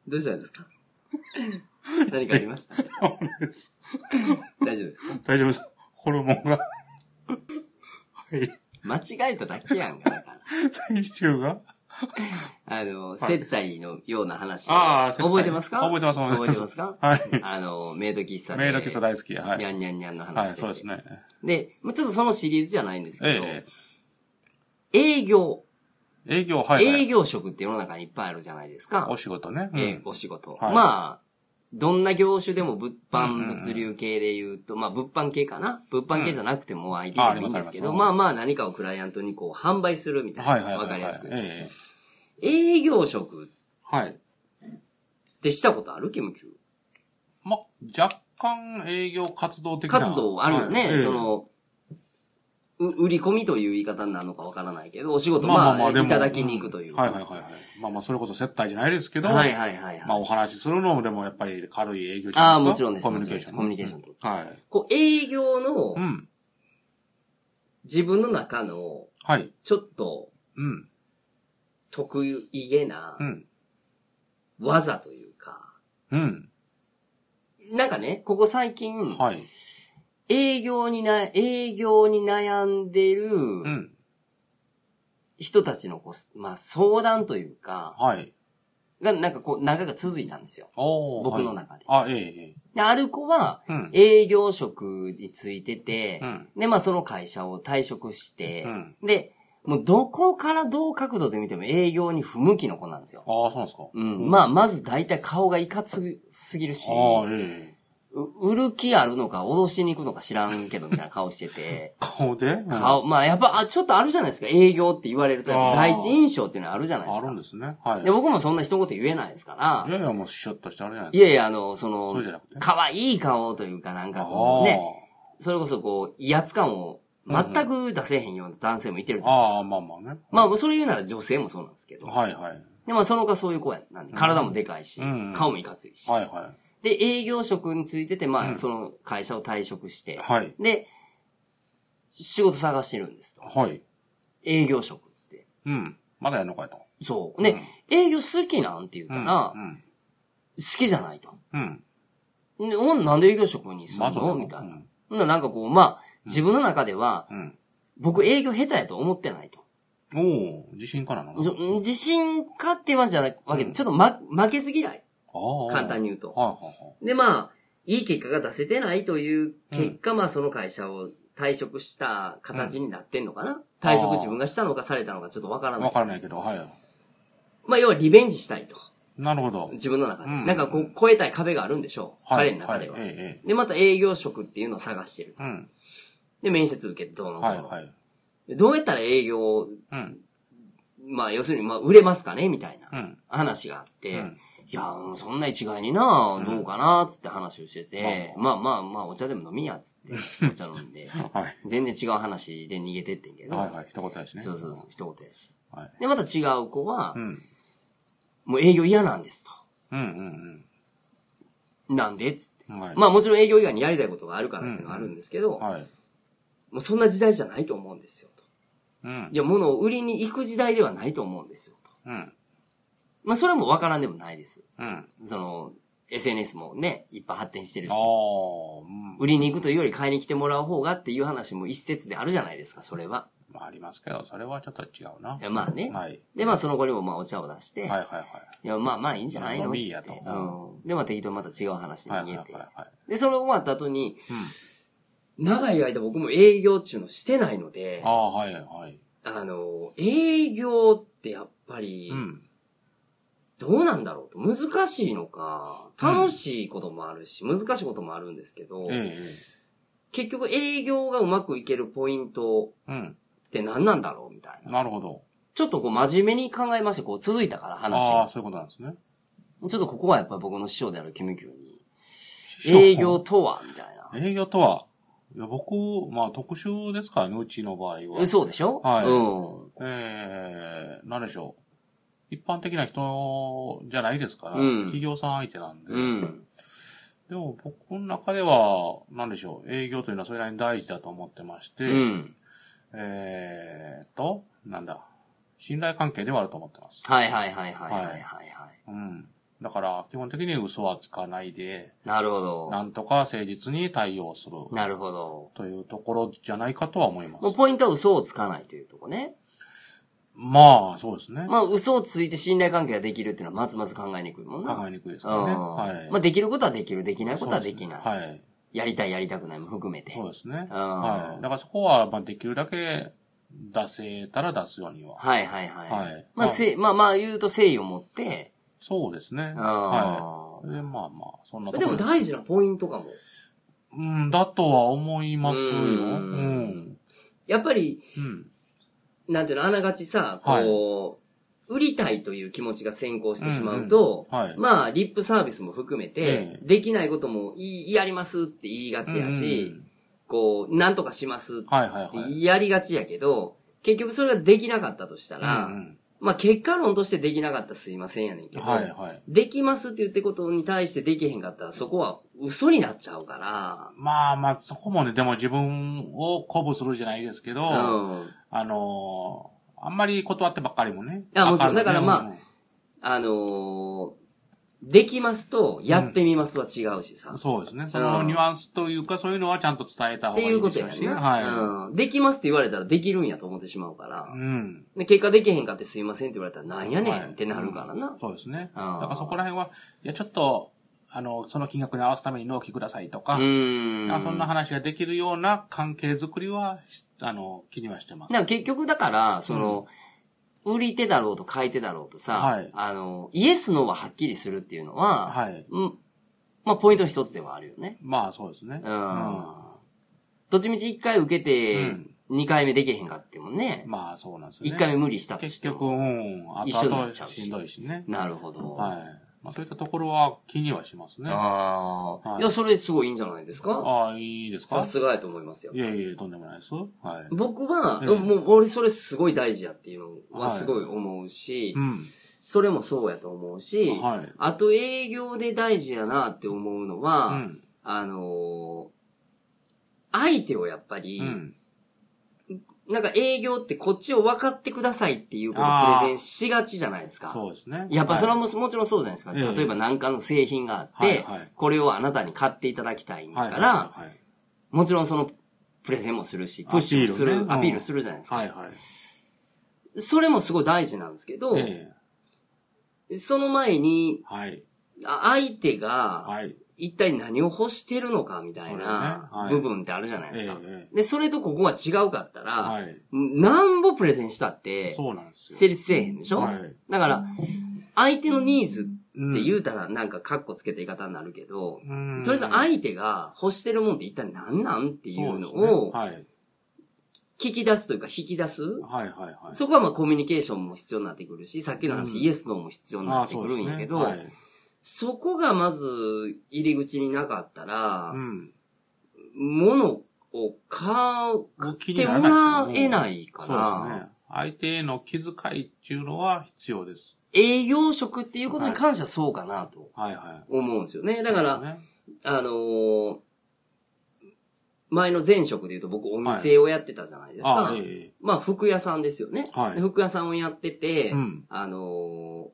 Speaker 1: どうしたんです か何かありました大丈夫ですか
Speaker 2: 大丈夫です。ホルモンが。はい。
Speaker 1: 間違えただけやんか。だから
Speaker 2: 先週が
Speaker 1: あの、接待のような話。
Speaker 2: ああ接待
Speaker 1: 覚えてますか
Speaker 2: 覚えてます
Speaker 1: 覚
Speaker 2: 覚
Speaker 1: え
Speaker 2: え
Speaker 1: て
Speaker 2: て
Speaker 1: ま
Speaker 2: ますす
Speaker 1: か
Speaker 2: はい。
Speaker 1: あの、メイド喫茶で。
Speaker 2: メイド喫茶大好き。は
Speaker 1: にゃ
Speaker 2: い。
Speaker 1: んにゃんにゃんの話
Speaker 2: はい、
Speaker 1: してて
Speaker 2: そうです。ね。
Speaker 1: で、まあちょっとそのシリーズじゃないんですけど、
Speaker 2: え
Speaker 1: 営業、
Speaker 2: え営業、はい、は
Speaker 1: 営
Speaker 2: い。
Speaker 1: 業職って世の中にいっぱいあるじゃないですか。
Speaker 2: お仕事ね。うん
Speaker 1: えーお仕事。
Speaker 2: はい
Speaker 1: まあ、どんな業種でも物
Speaker 2: うんうん
Speaker 1: 販、
Speaker 2: うん
Speaker 1: 物流系で言うと、まあ物販系かな物販系じゃなくても IT
Speaker 2: あ
Speaker 1: でも
Speaker 2: あり
Speaker 1: いい
Speaker 2: ま
Speaker 1: ん
Speaker 2: す
Speaker 1: ですけど、
Speaker 2: あり
Speaker 1: ま
Speaker 2: ます
Speaker 1: あまあ何かをクライアントにこう販売するみたいな。
Speaker 2: はいはいはい
Speaker 1: わ
Speaker 2: は
Speaker 1: か
Speaker 2: い。
Speaker 1: りやすく。
Speaker 2: ええ
Speaker 1: 営業職
Speaker 2: はい。
Speaker 1: ってしたことあるキムキュー
Speaker 2: ま、若干営業活動的な。
Speaker 1: 活動あるよね、
Speaker 2: はい
Speaker 1: そ、の、う売り込みという言い方になるのかわからないけど、お仕
Speaker 2: ええ
Speaker 1: 事、まあ、
Speaker 2: でも
Speaker 1: いただきに行くという。
Speaker 2: はいはいはいはい。まあまあ、それこそ接待じゃないですけど、
Speaker 1: はいはいはいはい
Speaker 2: まあ、お話しするのもでもやっぱり軽い営業じ
Speaker 1: ああ、
Speaker 2: ゃない
Speaker 1: も
Speaker 2: です
Speaker 1: ち
Speaker 2: か。
Speaker 1: ろんです。
Speaker 2: コミュニケーション。
Speaker 1: コミュニケーションと。
Speaker 2: はい。
Speaker 1: こう、営業の
Speaker 2: うん。
Speaker 1: 自分の中の、
Speaker 2: はい。
Speaker 1: ちょっと
Speaker 2: うん。
Speaker 1: 得意げな
Speaker 2: うん。
Speaker 1: 技というか、
Speaker 2: うん。
Speaker 1: なんかね、ここ最近、
Speaker 2: はい。
Speaker 1: 営業にな、営業に悩んでる
Speaker 2: うん。
Speaker 1: 人たちのこう、まあ、相談というか、
Speaker 2: はい。
Speaker 1: が、なんかこう、長が続いたんですよ。
Speaker 2: おー
Speaker 1: 僕の
Speaker 2: はい
Speaker 1: 中で
Speaker 2: あ、えええ
Speaker 1: で、ある子は
Speaker 2: う、ん
Speaker 1: 営業職についてて、
Speaker 2: うん
Speaker 1: で、まあその会社を退職して
Speaker 2: え。う、ん。
Speaker 1: で、もうどこからどう角度で見ても営業に不向きの子なんですよ。
Speaker 2: ああ、そうなんですか。
Speaker 1: うん。まあ、まず大体顔がいかつすぎるし、
Speaker 2: ああ、ええ、
Speaker 1: う売る気あるのか脅しに行くのか知らんけどみたいな顔してて
Speaker 2: 顔で うん
Speaker 1: 顔、まあやっぱ、あ、ちょっとあるじゃないですか。営業って言われると、
Speaker 2: あー
Speaker 1: 第一印象っていうのはあるじゃないで
Speaker 2: あ
Speaker 1: す
Speaker 2: る
Speaker 1: か
Speaker 2: ん。ですね。はい。
Speaker 1: で、僕もそんな一言言えないですから
Speaker 2: い、やいや、もうシュッとしてあれじゃない
Speaker 1: い
Speaker 2: です
Speaker 1: やいや、あの、そ
Speaker 2: か。
Speaker 1: の
Speaker 2: そうじゃ、なくて。
Speaker 1: 可愛い顔というかなんかこ
Speaker 2: あ
Speaker 1: う、
Speaker 2: あ
Speaker 1: ね、それこそこう、威圧感を全く出せへんような男性もいてるじゃないですか。
Speaker 2: ああ、まあまあね。
Speaker 1: まあ、それ言うなら女性もそうなんですけど。
Speaker 2: はいはい。
Speaker 1: で、まあ、その子はそういう子やなんで、体もでかいし
Speaker 2: うん、
Speaker 1: 顔もいかついし。
Speaker 2: はいは
Speaker 1: で、営業職についてて、まあ、その会社を退職し
Speaker 2: い。
Speaker 1: て、
Speaker 2: はい。
Speaker 1: で、仕事探してるんですと。
Speaker 2: はい。
Speaker 1: 営業職って。
Speaker 2: うん。まだやんのかいと。
Speaker 1: そう。で、営業好きなんって言っ
Speaker 2: うん。
Speaker 1: た
Speaker 2: う
Speaker 1: ら、好
Speaker 2: ん。
Speaker 1: きじゃないと。
Speaker 2: うん。
Speaker 1: でほんなんで営業職にする
Speaker 2: まだや
Speaker 1: の
Speaker 2: んの
Speaker 1: みた
Speaker 2: か
Speaker 1: い
Speaker 2: い
Speaker 1: な。ほんならなんかこう、まあ、自分の中では、
Speaker 2: うん。
Speaker 1: 僕営業下手やと思ってないと。
Speaker 2: うん。おお自信かなの
Speaker 1: そ自信かって言わんじゃないわけで、ちょっと、ま、負けず嫌い。
Speaker 2: ああ。
Speaker 1: 簡単に言うと。
Speaker 2: はいはいはい。
Speaker 1: で、まあ、いい結果が出せてないという結果、まあ、その会社を退職した形になってんのかな、退職自分がしたのかされたのかちょっとわからな
Speaker 2: わ
Speaker 1: い。
Speaker 2: からないけど、はい。
Speaker 1: まあ、要はリベンジしたいと。
Speaker 2: なるほど。
Speaker 1: 自分の中で。
Speaker 2: うん
Speaker 1: なんかこう、超えたい壁があるんでしょう。
Speaker 2: はい
Speaker 1: 彼の中では、
Speaker 2: いえ
Speaker 1: で、また営業職っていうのを探してる。
Speaker 2: え。うん。
Speaker 1: で、面接受けてどうのこうの
Speaker 2: はいはい。
Speaker 1: でどうやったら営業、
Speaker 2: うん。
Speaker 1: まあ、要するに、まあ、売れますかねみたいな。
Speaker 2: うん。
Speaker 1: 話があって、
Speaker 2: うん
Speaker 1: いや、もうそんな一概にな、どうかな、つって話をしてて、まあまあまあ、お茶でも飲みや、つって、お茶飲ん で、
Speaker 2: はい。
Speaker 1: 全然違う話で逃げてってんけど、
Speaker 2: はいはい。一言ですね。
Speaker 1: そうそうそう、一言やし。
Speaker 2: はい。
Speaker 1: で、また違う子は
Speaker 2: う、ん。
Speaker 1: もう営業嫌なんです
Speaker 2: うんうん
Speaker 1: と。なんでつって。
Speaker 2: うん。はい。
Speaker 1: まあもちろん営業以外にやりたいことがあるからっていうのはあるんですけど、も
Speaker 2: はい。
Speaker 1: うそんな時代じゃないと思うんですよ。と
Speaker 2: うん
Speaker 1: い。や、物を売りに行く時代ではないと思うんですよ。と
Speaker 2: うん。
Speaker 1: まあそれもわからんでもないです。
Speaker 2: うん。
Speaker 1: その、SNS もね、いっぱい発展してるし
Speaker 2: あ。あ、うん。
Speaker 1: 売りに行くというより買いに来てもらう方がっていう話も一説であるじゃないですか、それは。
Speaker 2: まあありますけど、それはちょっと違うな。
Speaker 1: いやまあね。
Speaker 2: はい。
Speaker 1: で、まあその子にもまあお茶を出して、
Speaker 2: はい
Speaker 1: い、
Speaker 2: はいはい。
Speaker 1: やまあまあいいんじゃないのっ
Speaker 2: まあまあいい
Speaker 1: つっ
Speaker 2: や
Speaker 1: てう
Speaker 2: と。
Speaker 1: ん。で、まあ適当にまた違う話に
Speaker 2: はい
Speaker 1: 逃
Speaker 2: は
Speaker 1: げ
Speaker 2: い
Speaker 1: て。
Speaker 2: はいはい。
Speaker 1: で、それ終わった後に、
Speaker 2: うん
Speaker 1: 長い間僕も営業っていうのしてないので、
Speaker 2: ああ、はいはい。
Speaker 1: あの、営業ってやっぱり
Speaker 2: う、ん。
Speaker 1: どうなんだろうと。難しいのか、楽しいこともあるし、難しいこともあるんですけど、
Speaker 2: えええ
Speaker 1: 結局営業がうまくいけるポイント
Speaker 2: え。うん。
Speaker 1: って何なんだろうみたいな。
Speaker 2: なるほど。
Speaker 1: ちょっとこう真面目に考えまして、こう続いたから話
Speaker 2: ああ、
Speaker 1: が。
Speaker 2: そういうことなんですね。
Speaker 1: ちょっとここはやっぱり僕の師匠であるキムキュ
Speaker 2: 師匠
Speaker 1: に、営業とはみたいな。
Speaker 2: 営業とは、いや僕、まあ特殊ですからね、うちの場合は。
Speaker 1: えそうでしょ
Speaker 2: はい
Speaker 1: うん。
Speaker 2: えー、なんでしょう。一般的な人じゃないですから、
Speaker 1: うん
Speaker 2: 企業さん相手なんで、
Speaker 1: うん。
Speaker 2: でも僕の中では、なんでしょう、営業というのはそれなりに大事だと思ってまして、
Speaker 1: うん。
Speaker 2: えーっと、なんだ、信頼関係ではあると思ってます。
Speaker 1: はいはいはいはいはいはい。はい
Speaker 2: うん。だから、基本的に嘘はつかないで、
Speaker 1: なるほど。
Speaker 2: なんとか誠実に対応する
Speaker 1: なるほど。
Speaker 2: というところじゃないかとは思いま
Speaker 1: もう
Speaker 2: す。
Speaker 1: ポイントは嘘をつかないというとこね。
Speaker 2: まあ、そうですね。
Speaker 1: まあ嘘をついて信頼関係ができるっていうのはまずまず考えにくいもんな。
Speaker 2: 考えにくいです
Speaker 1: う
Speaker 2: からね。
Speaker 1: ん。
Speaker 2: はい。
Speaker 1: まあできることはできる、できないことはできない。
Speaker 2: そうですねはい。
Speaker 1: やりたいやりたくないも含めて。
Speaker 2: そうですね。
Speaker 1: うん
Speaker 2: はい。だからそこは、まあ、できるだけ出せたら出すようには。
Speaker 1: はいはいはい。
Speaker 2: はい
Speaker 1: まあ、
Speaker 2: まあ
Speaker 1: せ、まあまあ言うと誠意を持って。
Speaker 2: そうですね。は
Speaker 1: あ
Speaker 2: い。で、まあまあ、そんな
Speaker 1: ー
Speaker 2: ところ
Speaker 1: 大事なポイントかも。
Speaker 2: うん、だとは思いますよ。
Speaker 1: う
Speaker 2: うんん。
Speaker 1: やっぱり、
Speaker 2: うん。
Speaker 1: なんていうの、あながちさ、こう、売りたいという気持ちが先行してしまうと、
Speaker 2: うんうんはい
Speaker 1: まあ、リップサービスも含めて
Speaker 2: え、え
Speaker 1: できないことも、いい、やりますって言いがちやし、
Speaker 2: うん、
Speaker 1: こう、なんとかしますっ
Speaker 2: はいはいはい。
Speaker 1: てやりがちやけど、結局それができなかったとしたら、
Speaker 2: うん
Speaker 1: まあ、結果論としてできなかったらすいませんやねんけ
Speaker 2: うん
Speaker 1: ど、
Speaker 2: はいはい。
Speaker 1: できますって言ってことに対してできへんかったら、そこは嘘になっちゃうか
Speaker 2: まあまあ、そこもね、でも自分を鼓舞するじゃないですけど、
Speaker 1: ら、うん。
Speaker 2: あのーあんまり断ってばっかりもね。
Speaker 1: あもちろん
Speaker 2: あん
Speaker 1: だからまあ
Speaker 2: ね
Speaker 1: あのーできますと、やってみますは違うしさ。
Speaker 2: うんそうですね。そのニュアンスというか、そういうのはちゃんと伝えた
Speaker 1: っ
Speaker 2: 方
Speaker 1: て
Speaker 2: がいい
Speaker 1: いうこ
Speaker 2: で
Speaker 1: と
Speaker 2: しょ
Speaker 1: や
Speaker 2: う
Speaker 1: ね
Speaker 2: し。
Speaker 1: んな。
Speaker 2: は
Speaker 1: うん。できますって言われたらできるんやと思ってしまうから
Speaker 2: い。う。ん。
Speaker 1: で結果できへんかってすいませんって言われたらなんやね
Speaker 2: はい
Speaker 1: んってなるからな。
Speaker 2: そうですね。だ
Speaker 1: うん
Speaker 2: からそこら辺は、いや、ちょっと、あの、その金額に合わすために納期くださいとか、
Speaker 1: うーん。
Speaker 2: あそんな話ができるような関係づくりはし、あの、気にはしてます。
Speaker 1: なんか結局だから、その、売り手だろうと買い手だろうとさ、
Speaker 2: はい
Speaker 1: あの、イエスのははっきりするっていうのは、
Speaker 2: はい
Speaker 1: うん。まあ、ポイントの一つではあるよね。
Speaker 2: まあ、そうですね。
Speaker 1: うん。
Speaker 2: ま
Speaker 1: どっちみち一回受け
Speaker 2: う
Speaker 1: て
Speaker 2: ん、
Speaker 1: 二回目できへんかってもね、
Speaker 2: あ、そうなんですよ
Speaker 1: 一、
Speaker 2: ね。
Speaker 1: 回目無理したとし
Speaker 2: 結
Speaker 1: ても
Speaker 2: 局、うん、あ
Speaker 1: 一緒
Speaker 2: と
Speaker 1: になっ
Speaker 2: 々
Speaker 1: ちゃうし
Speaker 2: しんどいしね。
Speaker 1: なるほど。
Speaker 2: はい。まあ、そういったところは気にはしますね。あ
Speaker 1: ああ、。
Speaker 2: はいい
Speaker 1: や、それすごいいいんじゃないですか
Speaker 2: あ、いいです
Speaker 1: さ
Speaker 2: か
Speaker 1: すがやと思いますよ
Speaker 2: い。やいや、とんでもないです。はい。
Speaker 1: 僕は、
Speaker 2: ええ
Speaker 1: もう俺それすごい大事やっていうのは
Speaker 2: はい
Speaker 1: すごい思うし、
Speaker 2: うん。
Speaker 1: それもそうやと思うし、
Speaker 2: はい
Speaker 1: あと営業で大事やなって思うのは、
Speaker 2: うん。
Speaker 1: あのー相手をやっぱり、
Speaker 2: うん。
Speaker 1: なんか営業ってこっちを分かってくださいっていうことを
Speaker 2: あー
Speaker 1: プレゼンしがちじゃないですか。
Speaker 2: そうですね。
Speaker 1: やっぱそれは
Speaker 2: も、
Speaker 1: も,、もちろんそうじゃないですか。
Speaker 2: ええ
Speaker 1: 例えば何かの製品があって、
Speaker 2: はいはい
Speaker 1: これをあなたに買っていただきたいんだ
Speaker 2: はい
Speaker 1: か
Speaker 2: はい
Speaker 1: ら、
Speaker 2: はいはい
Speaker 1: もちろんそのプレゼンもするし、プッシュもする、アピ
Speaker 2: アピールね
Speaker 1: ールするじゃないですか。
Speaker 2: はいはい。
Speaker 1: それもすごい大事なんですけど、
Speaker 2: ええ
Speaker 1: その前に、
Speaker 2: はい。
Speaker 1: あ相手が
Speaker 2: はい。
Speaker 1: 一体何を欲してるのかみたいな
Speaker 2: そうねはい
Speaker 1: 部分ってあるじゃないですか。
Speaker 2: え
Speaker 1: で、それとここが違うかったら、
Speaker 2: はい
Speaker 1: なんぼプレゼンしたって、
Speaker 2: そうなんですよ。
Speaker 1: 成立せえへんでしょ、
Speaker 2: はい
Speaker 1: だから、相手のニーズって言
Speaker 2: う
Speaker 1: うたらなんかカッコつけた言い方になるけど、
Speaker 2: ん。
Speaker 1: とりあえず相手が欲してるもんって一体何なんっていうの
Speaker 2: そう
Speaker 1: を
Speaker 2: ですねはい。
Speaker 1: 聞き出すというか引き出す、
Speaker 2: はいはいはい。
Speaker 1: そこはまあコミュニケーションも必要になってくるし、さっきの話、
Speaker 2: うん
Speaker 1: イエスノーも必要になってくるんやけど、そ
Speaker 2: ああそうですね
Speaker 1: こがまず入り口になかったら
Speaker 2: はい、うん。
Speaker 1: 物を買ってもらえないか
Speaker 2: そうです
Speaker 1: ら、
Speaker 2: ね。相手への気遣いっていうのは必要です。
Speaker 1: 営業職っていうことに関してはそうかなと
Speaker 2: はいはい。
Speaker 1: 思うんですよね。だから、
Speaker 2: ね、
Speaker 1: あのー前の前職で言うと僕お店をやってたじゃないですか。
Speaker 2: ああ、ええ
Speaker 1: まあ、服屋さんですよね。
Speaker 2: はい
Speaker 1: で服屋さんをやってて、
Speaker 2: うん
Speaker 1: あのー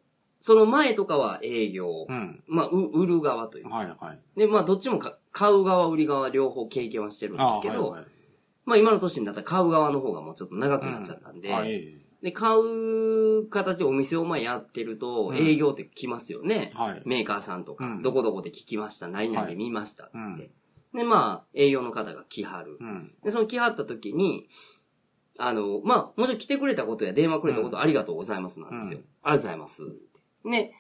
Speaker 1: その前とかは営業、
Speaker 2: うん。
Speaker 1: まあ、う売る側というか。
Speaker 2: はいはい。
Speaker 1: で、まあ、どっちもか買う側、売り側、両方経験はしてるんで
Speaker 2: あ
Speaker 1: すけど、
Speaker 2: はいはい
Speaker 1: まあ、今の年になったら買う側の方がもうちょっと長くなっちゃったんで、
Speaker 2: あええ
Speaker 1: で、買う形でお店をまあやってると
Speaker 2: う、ん
Speaker 1: 営業って来ますよね。
Speaker 2: はい
Speaker 1: メーカーさんとか、
Speaker 2: うん
Speaker 1: どこどこで聞きました、何々
Speaker 2: は
Speaker 1: で
Speaker 2: い
Speaker 1: 見ました、つって。
Speaker 2: うん
Speaker 1: で、まあ、営業の方が来はる。
Speaker 2: うん。
Speaker 1: で、その来はった時に、あの、まあ、もちろん来てくれたことや電話くれたことありがとうございますなんですよ。
Speaker 2: うん
Speaker 1: ありがとうございます。ね、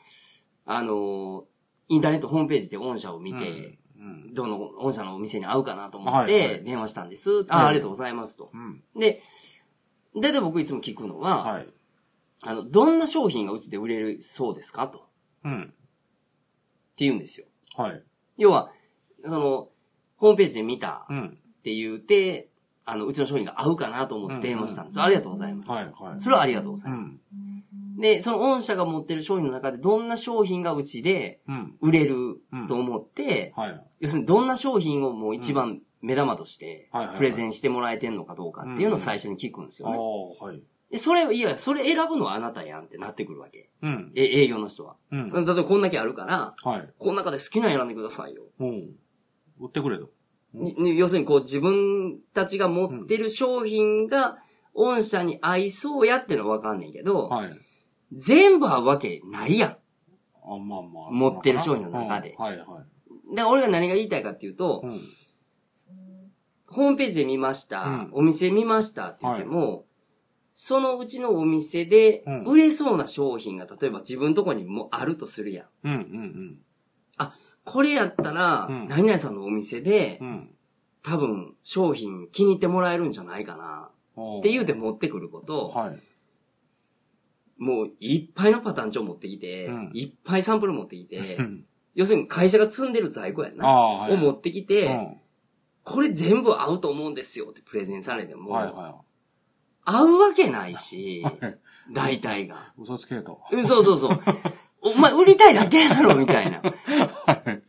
Speaker 1: あの、インターネットホームページで御社を見て、
Speaker 2: うん。
Speaker 1: どの御社のお店に合うかなと思っ
Speaker 2: はいは
Speaker 1: て
Speaker 2: い
Speaker 1: 電話したんです。あ、
Speaker 2: はい
Speaker 1: ありがとうございますと
Speaker 2: う。ん。
Speaker 1: で、だいたい僕いつも聞くのは、
Speaker 2: はい。
Speaker 1: あの、どんな商品がうちで売れるそうですかと。って
Speaker 2: うん。
Speaker 1: 言うんですよ。
Speaker 2: はい。
Speaker 1: 要は、その、ホームページで見た
Speaker 2: う
Speaker 1: っ
Speaker 2: ん。
Speaker 1: て言って、あの、うちの商品が合うかなと思って電話したんです。ありがとうございます。
Speaker 2: はいはい
Speaker 1: それはありがとうございます。で、その御社が持ってる商品の中でどんな商品がうちで
Speaker 2: うん。
Speaker 1: 売れると思って、
Speaker 2: はい。
Speaker 1: 要するにどんな商品をもう一番目玉として
Speaker 2: はいはいはい
Speaker 1: プレゼンしてもらえてんのかどうかっていうのを最初に聞くんです
Speaker 2: あ
Speaker 1: よね。
Speaker 2: あ、はい。
Speaker 1: で、それ、いや、それ選ぶのはあなたやんってなってくるわけ。
Speaker 2: うん。
Speaker 1: え、営業の人は。
Speaker 2: うん。
Speaker 1: 例えばこんだけあるから、
Speaker 2: はい。
Speaker 1: この中で好きなの選んでくださいよ。
Speaker 2: うん。売ってくれと。
Speaker 1: にに要するにこう自分たちが持ってる商品が、御社に合いそうやってのはわかんねんけど、
Speaker 2: はい。
Speaker 1: 全部合うわけないや
Speaker 2: あ、まあまあ。
Speaker 1: 持ってる商品の中で
Speaker 2: うんはいはい。
Speaker 1: ん。だから俺が何が言いたいかっていうと、
Speaker 2: うん。
Speaker 1: ホームページで見ました、
Speaker 2: うん
Speaker 1: お店見ましたって言っても、そのうちのお店で
Speaker 2: うん、
Speaker 1: 売れそうな商品が、例えば自分とこにもあるとするやん。
Speaker 2: うんうん
Speaker 1: これやったら、
Speaker 2: うん
Speaker 1: 何々さんのお店で、
Speaker 2: うん。うん。
Speaker 1: 多分商品気に入ってもらえるんじゃないかな。
Speaker 2: おー
Speaker 1: っていうで持ってくること、
Speaker 2: はい。
Speaker 1: もういっぱいのパターン帳持ってきて、
Speaker 2: うん
Speaker 1: いっぱいサンプル持ってき て
Speaker 2: う、ん
Speaker 1: 要するに会社が積んでる在庫や
Speaker 2: あ
Speaker 1: な。
Speaker 2: あ、はい。
Speaker 1: を持ってきて、
Speaker 2: うん
Speaker 1: これ全部合うと思うんですよってプレゼンされても、
Speaker 2: はいは
Speaker 1: 合うわけないし、
Speaker 2: い。
Speaker 1: 大体が。
Speaker 2: 嘘つけと。
Speaker 1: うんそうそうそう。お前売りたいだけやろみたいな。
Speaker 2: はい。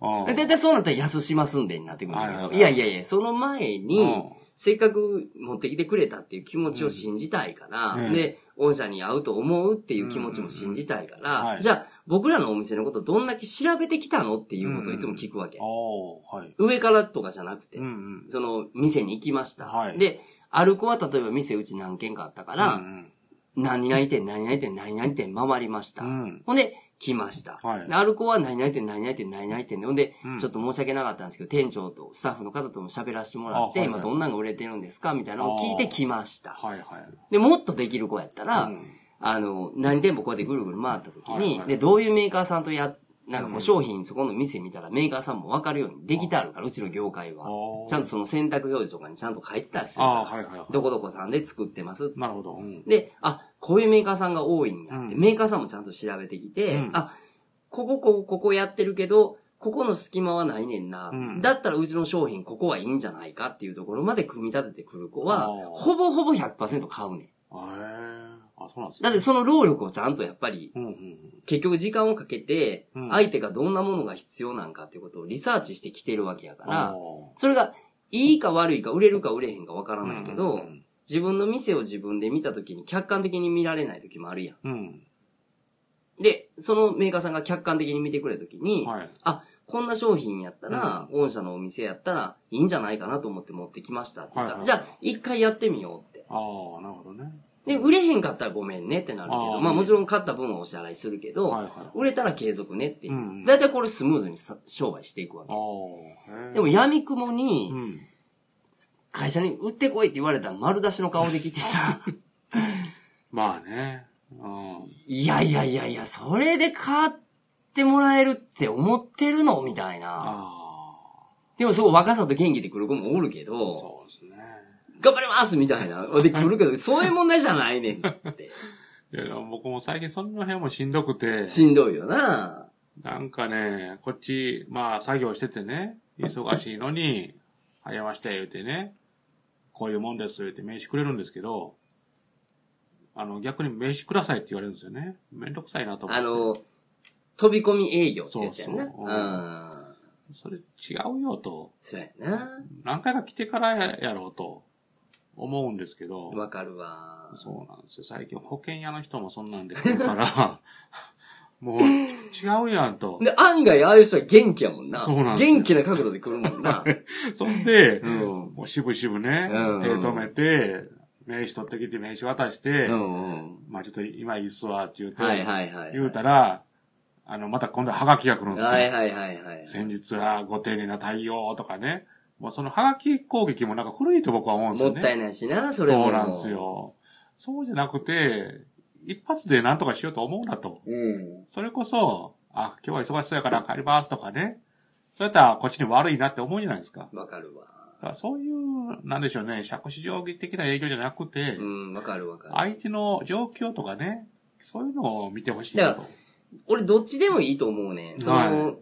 Speaker 2: あ
Speaker 1: だいたいそうなったら安しますんでになってくるんだけ
Speaker 2: はいはい
Speaker 1: ど。
Speaker 2: はい
Speaker 1: いやいやいや、その前に、
Speaker 2: うん
Speaker 1: せっかく持ってきてくれたっていう気持ちを信じたいから、
Speaker 2: うん
Speaker 1: で、御社に合うと思うっていう気持ちも信じたいから、
Speaker 2: うんうんうんはい
Speaker 1: じゃあ、僕らのお店のことどんだけ調べてきたのっていうことをいつも聞くわけ。
Speaker 2: おーはい。
Speaker 1: 上からとかじゃなくて、
Speaker 2: うんうん。
Speaker 1: その、店に行きました。
Speaker 2: はい
Speaker 1: で、ある子は例えば店うち何軒かあったから、
Speaker 2: うん
Speaker 1: 何々店、何々店、何々店回りました。
Speaker 2: うん。うん。
Speaker 1: ほんで、来ました。
Speaker 2: はい
Speaker 1: でアルコは何々店、何々店、何々店で、ほんで、
Speaker 2: うん
Speaker 1: ちょっと申し訳なかったんですけど、店長とスタッフの方とも喋らせてもらって、
Speaker 2: あはいはい
Speaker 1: 今どんなのが売れてるんですかみたいなのを聞いて来ました。
Speaker 2: はいはい。
Speaker 1: で、もっとできる子やったら、
Speaker 2: うん
Speaker 1: あの、何店舗こうやってぐるぐる回った時に、
Speaker 2: はいはい
Speaker 1: で、どういうメーカーさんとや、なんかこ
Speaker 2: うん
Speaker 1: う商品そこの店見たらメーカーさんもわかるようにできてあるから、うちの業界は
Speaker 2: お。ー
Speaker 1: ちゃんとその選択表示とかにちゃんと書いてたりする
Speaker 2: ああ
Speaker 1: か
Speaker 2: ー、はいはいは
Speaker 1: ら、どこどこさんで作ってますっつって
Speaker 2: い。なるほど。うん。
Speaker 1: で、あ、こういうメーカーさんが多いんやって、
Speaker 2: うん
Speaker 1: メーカーさんもちゃんと調べてきて、
Speaker 2: うん
Speaker 1: あ、ここ、ここ、ここやってるけど、ここの隙間はないねんな。
Speaker 2: うん
Speaker 1: だったらうちの商品ここはいいんじゃないかっていうところまで組み立ててくる子は
Speaker 2: あー、
Speaker 1: ほぼほぼ100%買うねん。
Speaker 2: ええあ、そうなんです
Speaker 1: だってその労力をちゃんとやっぱり、
Speaker 2: うんうんうん。
Speaker 1: 結局時間をかけて
Speaker 2: うん、
Speaker 1: 相手がどんなものが必要なんかっていうことをリサーチしてきてるわけやから、
Speaker 2: お
Speaker 1: それがいいか悪いか売れるか売れへんかわから
Speaker 2: ー
Speaker 1: ないけど、
Speaker 2: うん
Speaker 1: 自分の店を自分で見た時に客観的に見られない時もあるやん。
Speaker 2: うん
Speaker 1: で、そのメーカーさんが客観的に見てくれたとき
Speaker 2: うん。
Speaker 1: に、
Speaker 2: はい。
Speaker 1: あ、こんな商品やったら、御社のお店やったら、いいんじゃないかなと思って持ってきましたって言ったら、
Speaker 2: はいはい
Speaker 1: じゃあ、一回やってみようって。
Speaker 2: ああ、なるほどね。
Speaker 1: で、売れへんかったらごめんねってなるけ
Speaker 2: あ
Speaker 1: ど、
Speaker 2: ー
Speaker 1: まあもちろん買った分はお支払いするけど、
Speaker 2: はいはい。
Speaker 1: 売れたら継続ねっていう
Speaker 2: うんうん
Speaker 1: だいたいこれスムーズにさ商売していくわ
Speaker 2: あ
Speaker 1: け。
Speaker 2: あ、へえ。
Speaker 1: でも、闇雲に
Speaker 2: う、ん。
Speaker 1: 会社に売ってこいって言われたら丸出しの顔できてさ、
Speaker 2: まあね。うん。
Speaker 1: いやいやいやいや、それで買ってもらえるって思ってるのみたいな。
Speaker 2: あ
Speaker 1: でもそこ若さと元気で来る子もおるけ
Speaker 2: あ、
Speaker 1: ど、
Speaker 2: そうですね。
Speaker 1: 頑張りますみたいな。で来るけ ど、そういう問題じゃないねんっつって。
Speaker 2: いや、でも僕も最近その辺もしんどくて、
Speaker 1: しんどいよな。
Speaker 2: なんかね、こっち、まあ作業しててね、忙しいのに、励まして言うてね、こういうもんです言うて名刺くれるんですけど、あの、逆に名刺くださいって言われるんですよね。めんどくさいなと思って。
Speaker 1: あの、飛び込み営業ってやつやんな。
Speaker 2: そうそう
Speaker 1: ううん。
Speaker 2: それ違うよと。
Speaker 1: そうやな。
Speaker 2: 何回か来てからやろうと思うんですけど、
Speaker 1: わかるわ。
Speaker 2: そうなんですよ。最近保険屋の人もそんなんで来 るから、もう違うやんと。
Speaker 1: で、案外ああいう人は元気やもんな。
Speaker 2: そうなんですよ
Speaker 1: 元気な角度で来る もんな。
Speaker 2: そんで、
Speaker 1: うん
Speaker 2: もうしぶしぶね、
Speaker 1: うん
Speaker 2: 手止めて、名刺取ってきて名刺渡して、
Speaker 1: うんうん。
Speaker 2: まあちょっと今いいっすわって言うて、
Speaker 1: はいはいはい。
Speaker 2: 言うたら、あの、また今度はがきが来るんですよ。
Speaker 1: はいはいはいはい。
Speaker 2: 先日はご丁寧な対応とかね。もうそのはがき攻撃もなんか古いと僕は思うんです
Speaker 1: も
Speaker 2: よ
Speaker 1: っ
Speaker 2: ね。
Speaker 1: たいないしな、それも。
Speaker 2: そうなんです。よ。そうじゃなくて、一発で何とかしようと思うなと。
Speaker 1: うん。
Speaker 2: それこそ、あ、今日は忙しそうやから帰りますとかね。そうやったらこっちに悪いなって思うじゃないですか。
Speaker 1: わかるわ。
Speaker 2: だからそういう、なんでしょうね、尺子定規的な営業じゃなくて、
Speaker 1: うん、わかるわかる。
Speaker 2: 相手の状況とかね、そういうのを見てほしい
Speaker 1: だ
Speaker 2: な
Speaker 1: か
Speaker 2: と。
Speaker 1: 俺どっちでもいいと思うね。その、
Speaker 2: は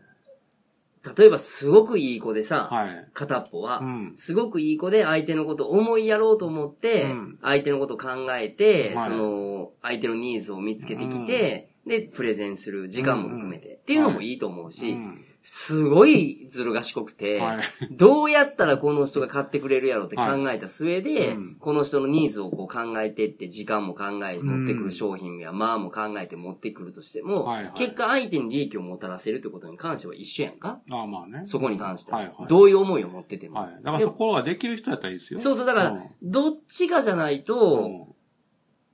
Speaker 1: 例えばすごくいい子でさ、
Speaker 2: はい。
Speaker 1: 片っぽは、
Speaker 2: うん
Speaker 1: すごくいい子で相手のことを思いやろうと思って、
Speaker 2: うん
Speaker 1: 相手のことを考えて、
Speaker 2: はい
Speaker 1: その、の、相手のニーズを見つけてきて、で、プレゼンする時間も含めて、っていうのもいいと思うし、
Speaker 2: うん
Speaker 1: すごいずる賢くて、
Speaker 2: はい
Speaker 1: どうやったらこの人が買ってくれるやろって考えた末で、
Speaker 2: はいうん
Speaker 1: この人のニーズをこう考えてって、時間も考えて持ってくる商品や、まあも考えて持ってくるとしても、
Speaker 2: はいはい
Speaker 1: 結果相手に利益をもたらせるってことに関しては一緒やんか
Speaker 2: ああ、まあね。
Speaker 1: そこに関しては。
Speaker 2: はいはい
Speaker 1: どういう思いを持ってても。
Speaker 2: はい。だから
Speaker 1: で
Speaker 2: そ
Speaker 1: も
Speaker 2: こができる人やったらいいですよ。
Speaker 1: そうそう、だから、
Speaker 2: うん
Speaker 1: どっちかじゃないうと、
Speaker 2: ん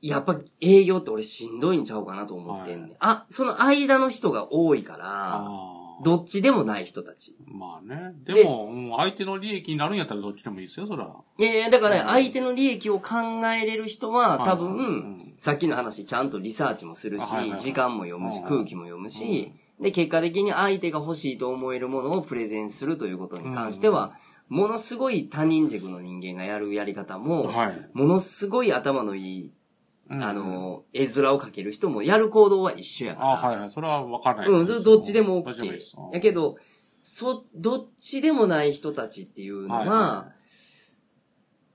Speaker 1: やっぱ営業って俺しんどいんちゃうかなと思ってんね、あ、その間の人が多いから、
Speaker 2: ああ。
Speaker 1: どっちでもない人たち。
Speaker 2: まあね。でも、うん相手の利益になるんやったらどっちでもいいですよ、そら。
Speaker 1: いやいや、だから
Speaker 2: うん
Speaker 1: 相手の利益を考えれる人は
Speaker 2: はい
Speaker 1: 多
Speaker 2: うん
Speaker 1: 分、さっきの話ちゃんとリサーチもするし
Speaker 2: はいはいは、い
Speaker 1: 時間も読むし
Speaker 2: う、ん
Speaker 1: 空気も読むし、で、結果的に相手が欲しいと思えるものをプレゼンするということに関しては、ものすごい他人軸の人間がやるやり方も、
Speaker 2: はい。
Speaker 1: ものすごい頭のいい、
Speaker 2: うん
Speaker 1: あ、の、絵面をかける人もやる行動は一緒やから。
Speaker 2: あはいはい。それは分からないです。
Speaker 1: うん、それどっちでも
Speaker 2: どっちでもいいです
Speaker 1: OK。やけど、そ、どっちでもない人たちっていうのは、
Speaker 2: はいは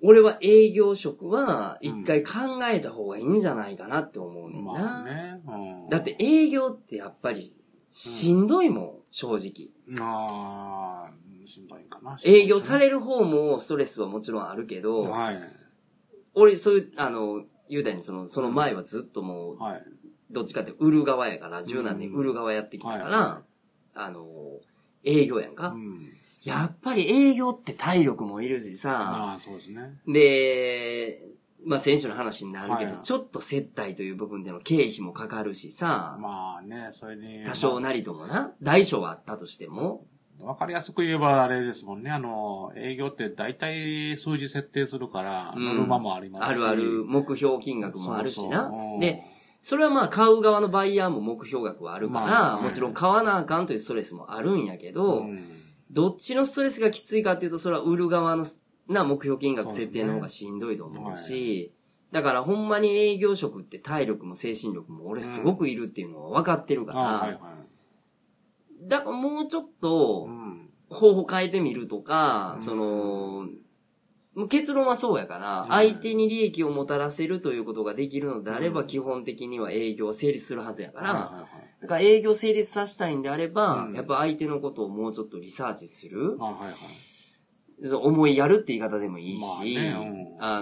Speaker 1: 俺は営業職は
Speaker 2: うん
Speaker 1: 一回考えた方がいいんじゃないかなって思うねんな。
Speaker 2: まあね。うん
Speaker 1: だっ、て営業ってやっぱりしんどいもん、正直。
Speaker 2: ああ、しんどいんかな。
Speaker 1: 営業さ
Speaker 2: れ
Speaker 1: れる方もストレスはもちろんあるけど、
Speaker 2: はい。
Speaker 1: 俺そういう、あの、雄大にその、その前はずっともう、
Speaker 2: はい。
Speaker 1: どっちかって売る側やから、十何年売る側やってきたから、
Speaker 2: うんは
Speaker 1: あの、営業やんか。
Speaker 2: うん。
Speaker 1: やっぱり営業って体力もいるしさ、
Speaker 2: ああ、そうですね。
Speaker 1: で、まあ選手の話になるけど、
Speaker 2: はい
Speaker 1: ちょっと接待という部分での経費もかかるしさ、
Speaker 2: まあね、それに。
Speaker 1: 多少なりともな、大小はあったとしても、
Speaker 2: わかりやすく言えばあれですもんね。あの、営業って大体数字設定するから、
Speaker 1: うん
Speaker 2: ノルマもありますし。
Speaker 1: あるある目標金額もあるしな
Speaker 2: そうそうう。ん
Speaker 1: で、それはまあ買う側のバイヤーも目標額はあるか
Speaker 2: まあ
Speaker 1: ら、
Speaker 2: はい
Speaker 1: もちろん買わなあかんというストレスもあるんやけど、
Speaker 2: うん
Speaker 1: どっちのストレスがきついかっていうと、それは売る側のすな目標金額設定の方がしんどいと思うし、だからほんまに営業職って体力も精神力も俺すごくいるっていうのは分かってるか
Speaker 2: ああ、はい
Speaker 1: ら、
Speaker 2: はい。
Speaker 1: だからもうちょっ
Speaker 2: う
Speaker 1: と
Speaker 2: ん。
Speaker 1: 方法変えてみるとか
Speaker 2: う、ん
Speaker 1: その、もう結論はそうやから、
Speaker 2: はい
Speaker 1: 相手に利益をもたらせるということができるのであれば、基本的には営業を成立するはずやか
Speaker 2: はいは
Speaker 1: ら、
Speaker 2: いはい
Speaker 1: だから営業成立させたいんであれば
Speaker 2: う、ん
Speaker 1: やっぱ相手のことをもうちょっとリサーチする
Speaker 2: あ。あはいはい。
Speaker 1: そう思いやるって言い方でもいいし、
Speaker 2: ま
Speaker 1: あ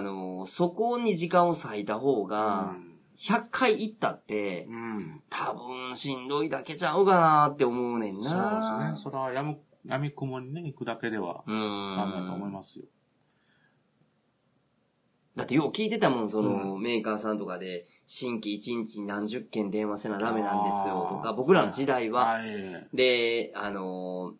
Speaker 2: あねうん
Speaker 1: の、そこに時間を割いた方が、100回行ったって
Speaker 2: う、ん。うん。
Speaker 1: 多分しんどいだけちゃうかなって思うねん
Speaker 2: そうです
Speaker 1: な
Speaker 2: ね。。それはやむ、やみくもにね、行くだけでは、
Speaker 1: う
Speaker 2: なんだと思い
Speaker 1: ん。
Speaker 2: ますよ。
Speaker 1: だってよう聞いてたもん、その、メーカーさんとかで、新規1日に何十件電話せなダメなんですよと
Speaker 2: あ
Speaker 1: か、
Speaker 2: ー
Speaker 1: 僕らの時代は、
Speaker 2: い。
Speaker 1: で、あの